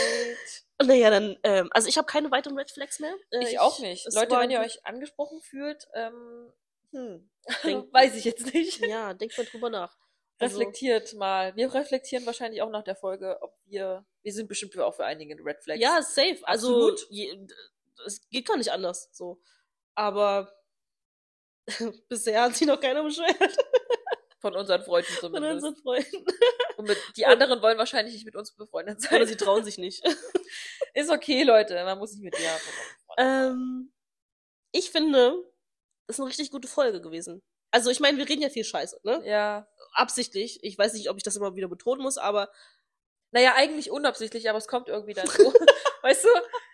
Naja, dann, ähm, also ich habe keine weiteren Red Flags mehr. Äh, ich auch nicht. es Leute, war- wenn ihr euch angesprochen fühlt, ähm, hm, Denkt- weiß ich jetzt nicht. Ja, denkt mal drüber nach. Also- Reflektiert mal. Wir reflektieren wahrscheinlich auch nach der Folge, ob wir, wir sind bestimmt auch für einige Red Flags. Ja, safe. Also Absolut. je, es geht gar nicht anders. So. Aber bisher hat sich noch keiner beschwert Von unseren Freunden von zumindest. unseren Freunden. Und mit, die anderen wollen wahrscheinlich nicht mit uns befreundet Oder sein. sie trauen sich nicht. Ist okay, Leute. Man muss nicht mit dir. Ähm, ich finde, das ist eine richtig gute Folge gewesen. Also ich meine, wir reden ja viel Scheiße, ne? Ja. Absichtlich. Ich weiß nicht, ob ich das immer wieder betonen muss, aber Naja, eigentlich unabsichtlich, aber es kommt irgendwie dann so. weißt du?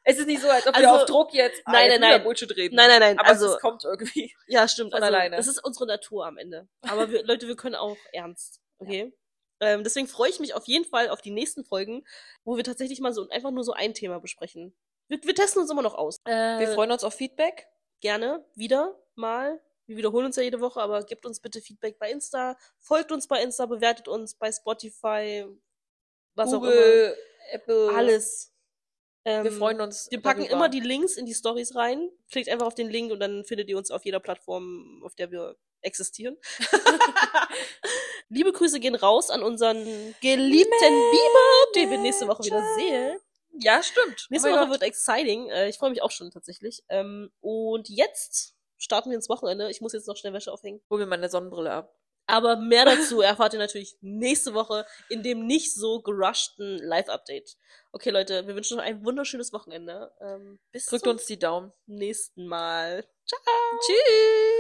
Es ist nicht so, als ob wir Also- auf Druck jetzt ah, Nein, jetzt nein, müssen wir nein. Bullshit reden. Nein, nein, nein, Aber also- es kommt irgendwie. ja, stimmt. Von also, alleine. Das ist unsere Natur am Ende. Aber wir, Leute, wir können auch ernst, okay? Ähm, deswegen freue ich mich auf jeden Fall auf die nächsten Folgen, wo wir tatsächlich mal so einfach nur so ein Thema besprechen. Wir, wir testen uns immer noch aus. Äh, Wir freuen uns auf Feedback. gerne wieder mal. Wir wiederholen uns ja jede Woche, aber gebt uns bitte Feedback bei Insta, folgt uns bei Insta, bewertet uns bei Spotify, was Google, auch Apple. immer. Alles. Ähm, Wir freuen uns. Wir packen darüber. immer die Links in die Stories rein. Klickt einfach auf den Link und dann findet ihr uns auf jeder Plattform, auf der wir existieren. Liebe Grüße gehen raus an unseren geliebten Biber, den wir nächste Woche wieder sehen. Ja, stimmt. Nächste Oh mein Woche Gott. wird exciting. Äh, Ich freue mich auch schon tatsächlich. Ähm, Und jetzt starten wir ins Wochenende. Ich muss jetzt noch schnell Wäsche aufhängen. Hol mir meine Sonnenbrille ab. Aber mehr dazu erfahrt ihr natürlich nächste Woche in dem nicht so gerushten Live-Update. Okay, Leute, wir wünschen euch ein wunderschönes Wochenende. Ähm, Bis Drückt zum uns die Daumen. nächsten Mal. Tschüss.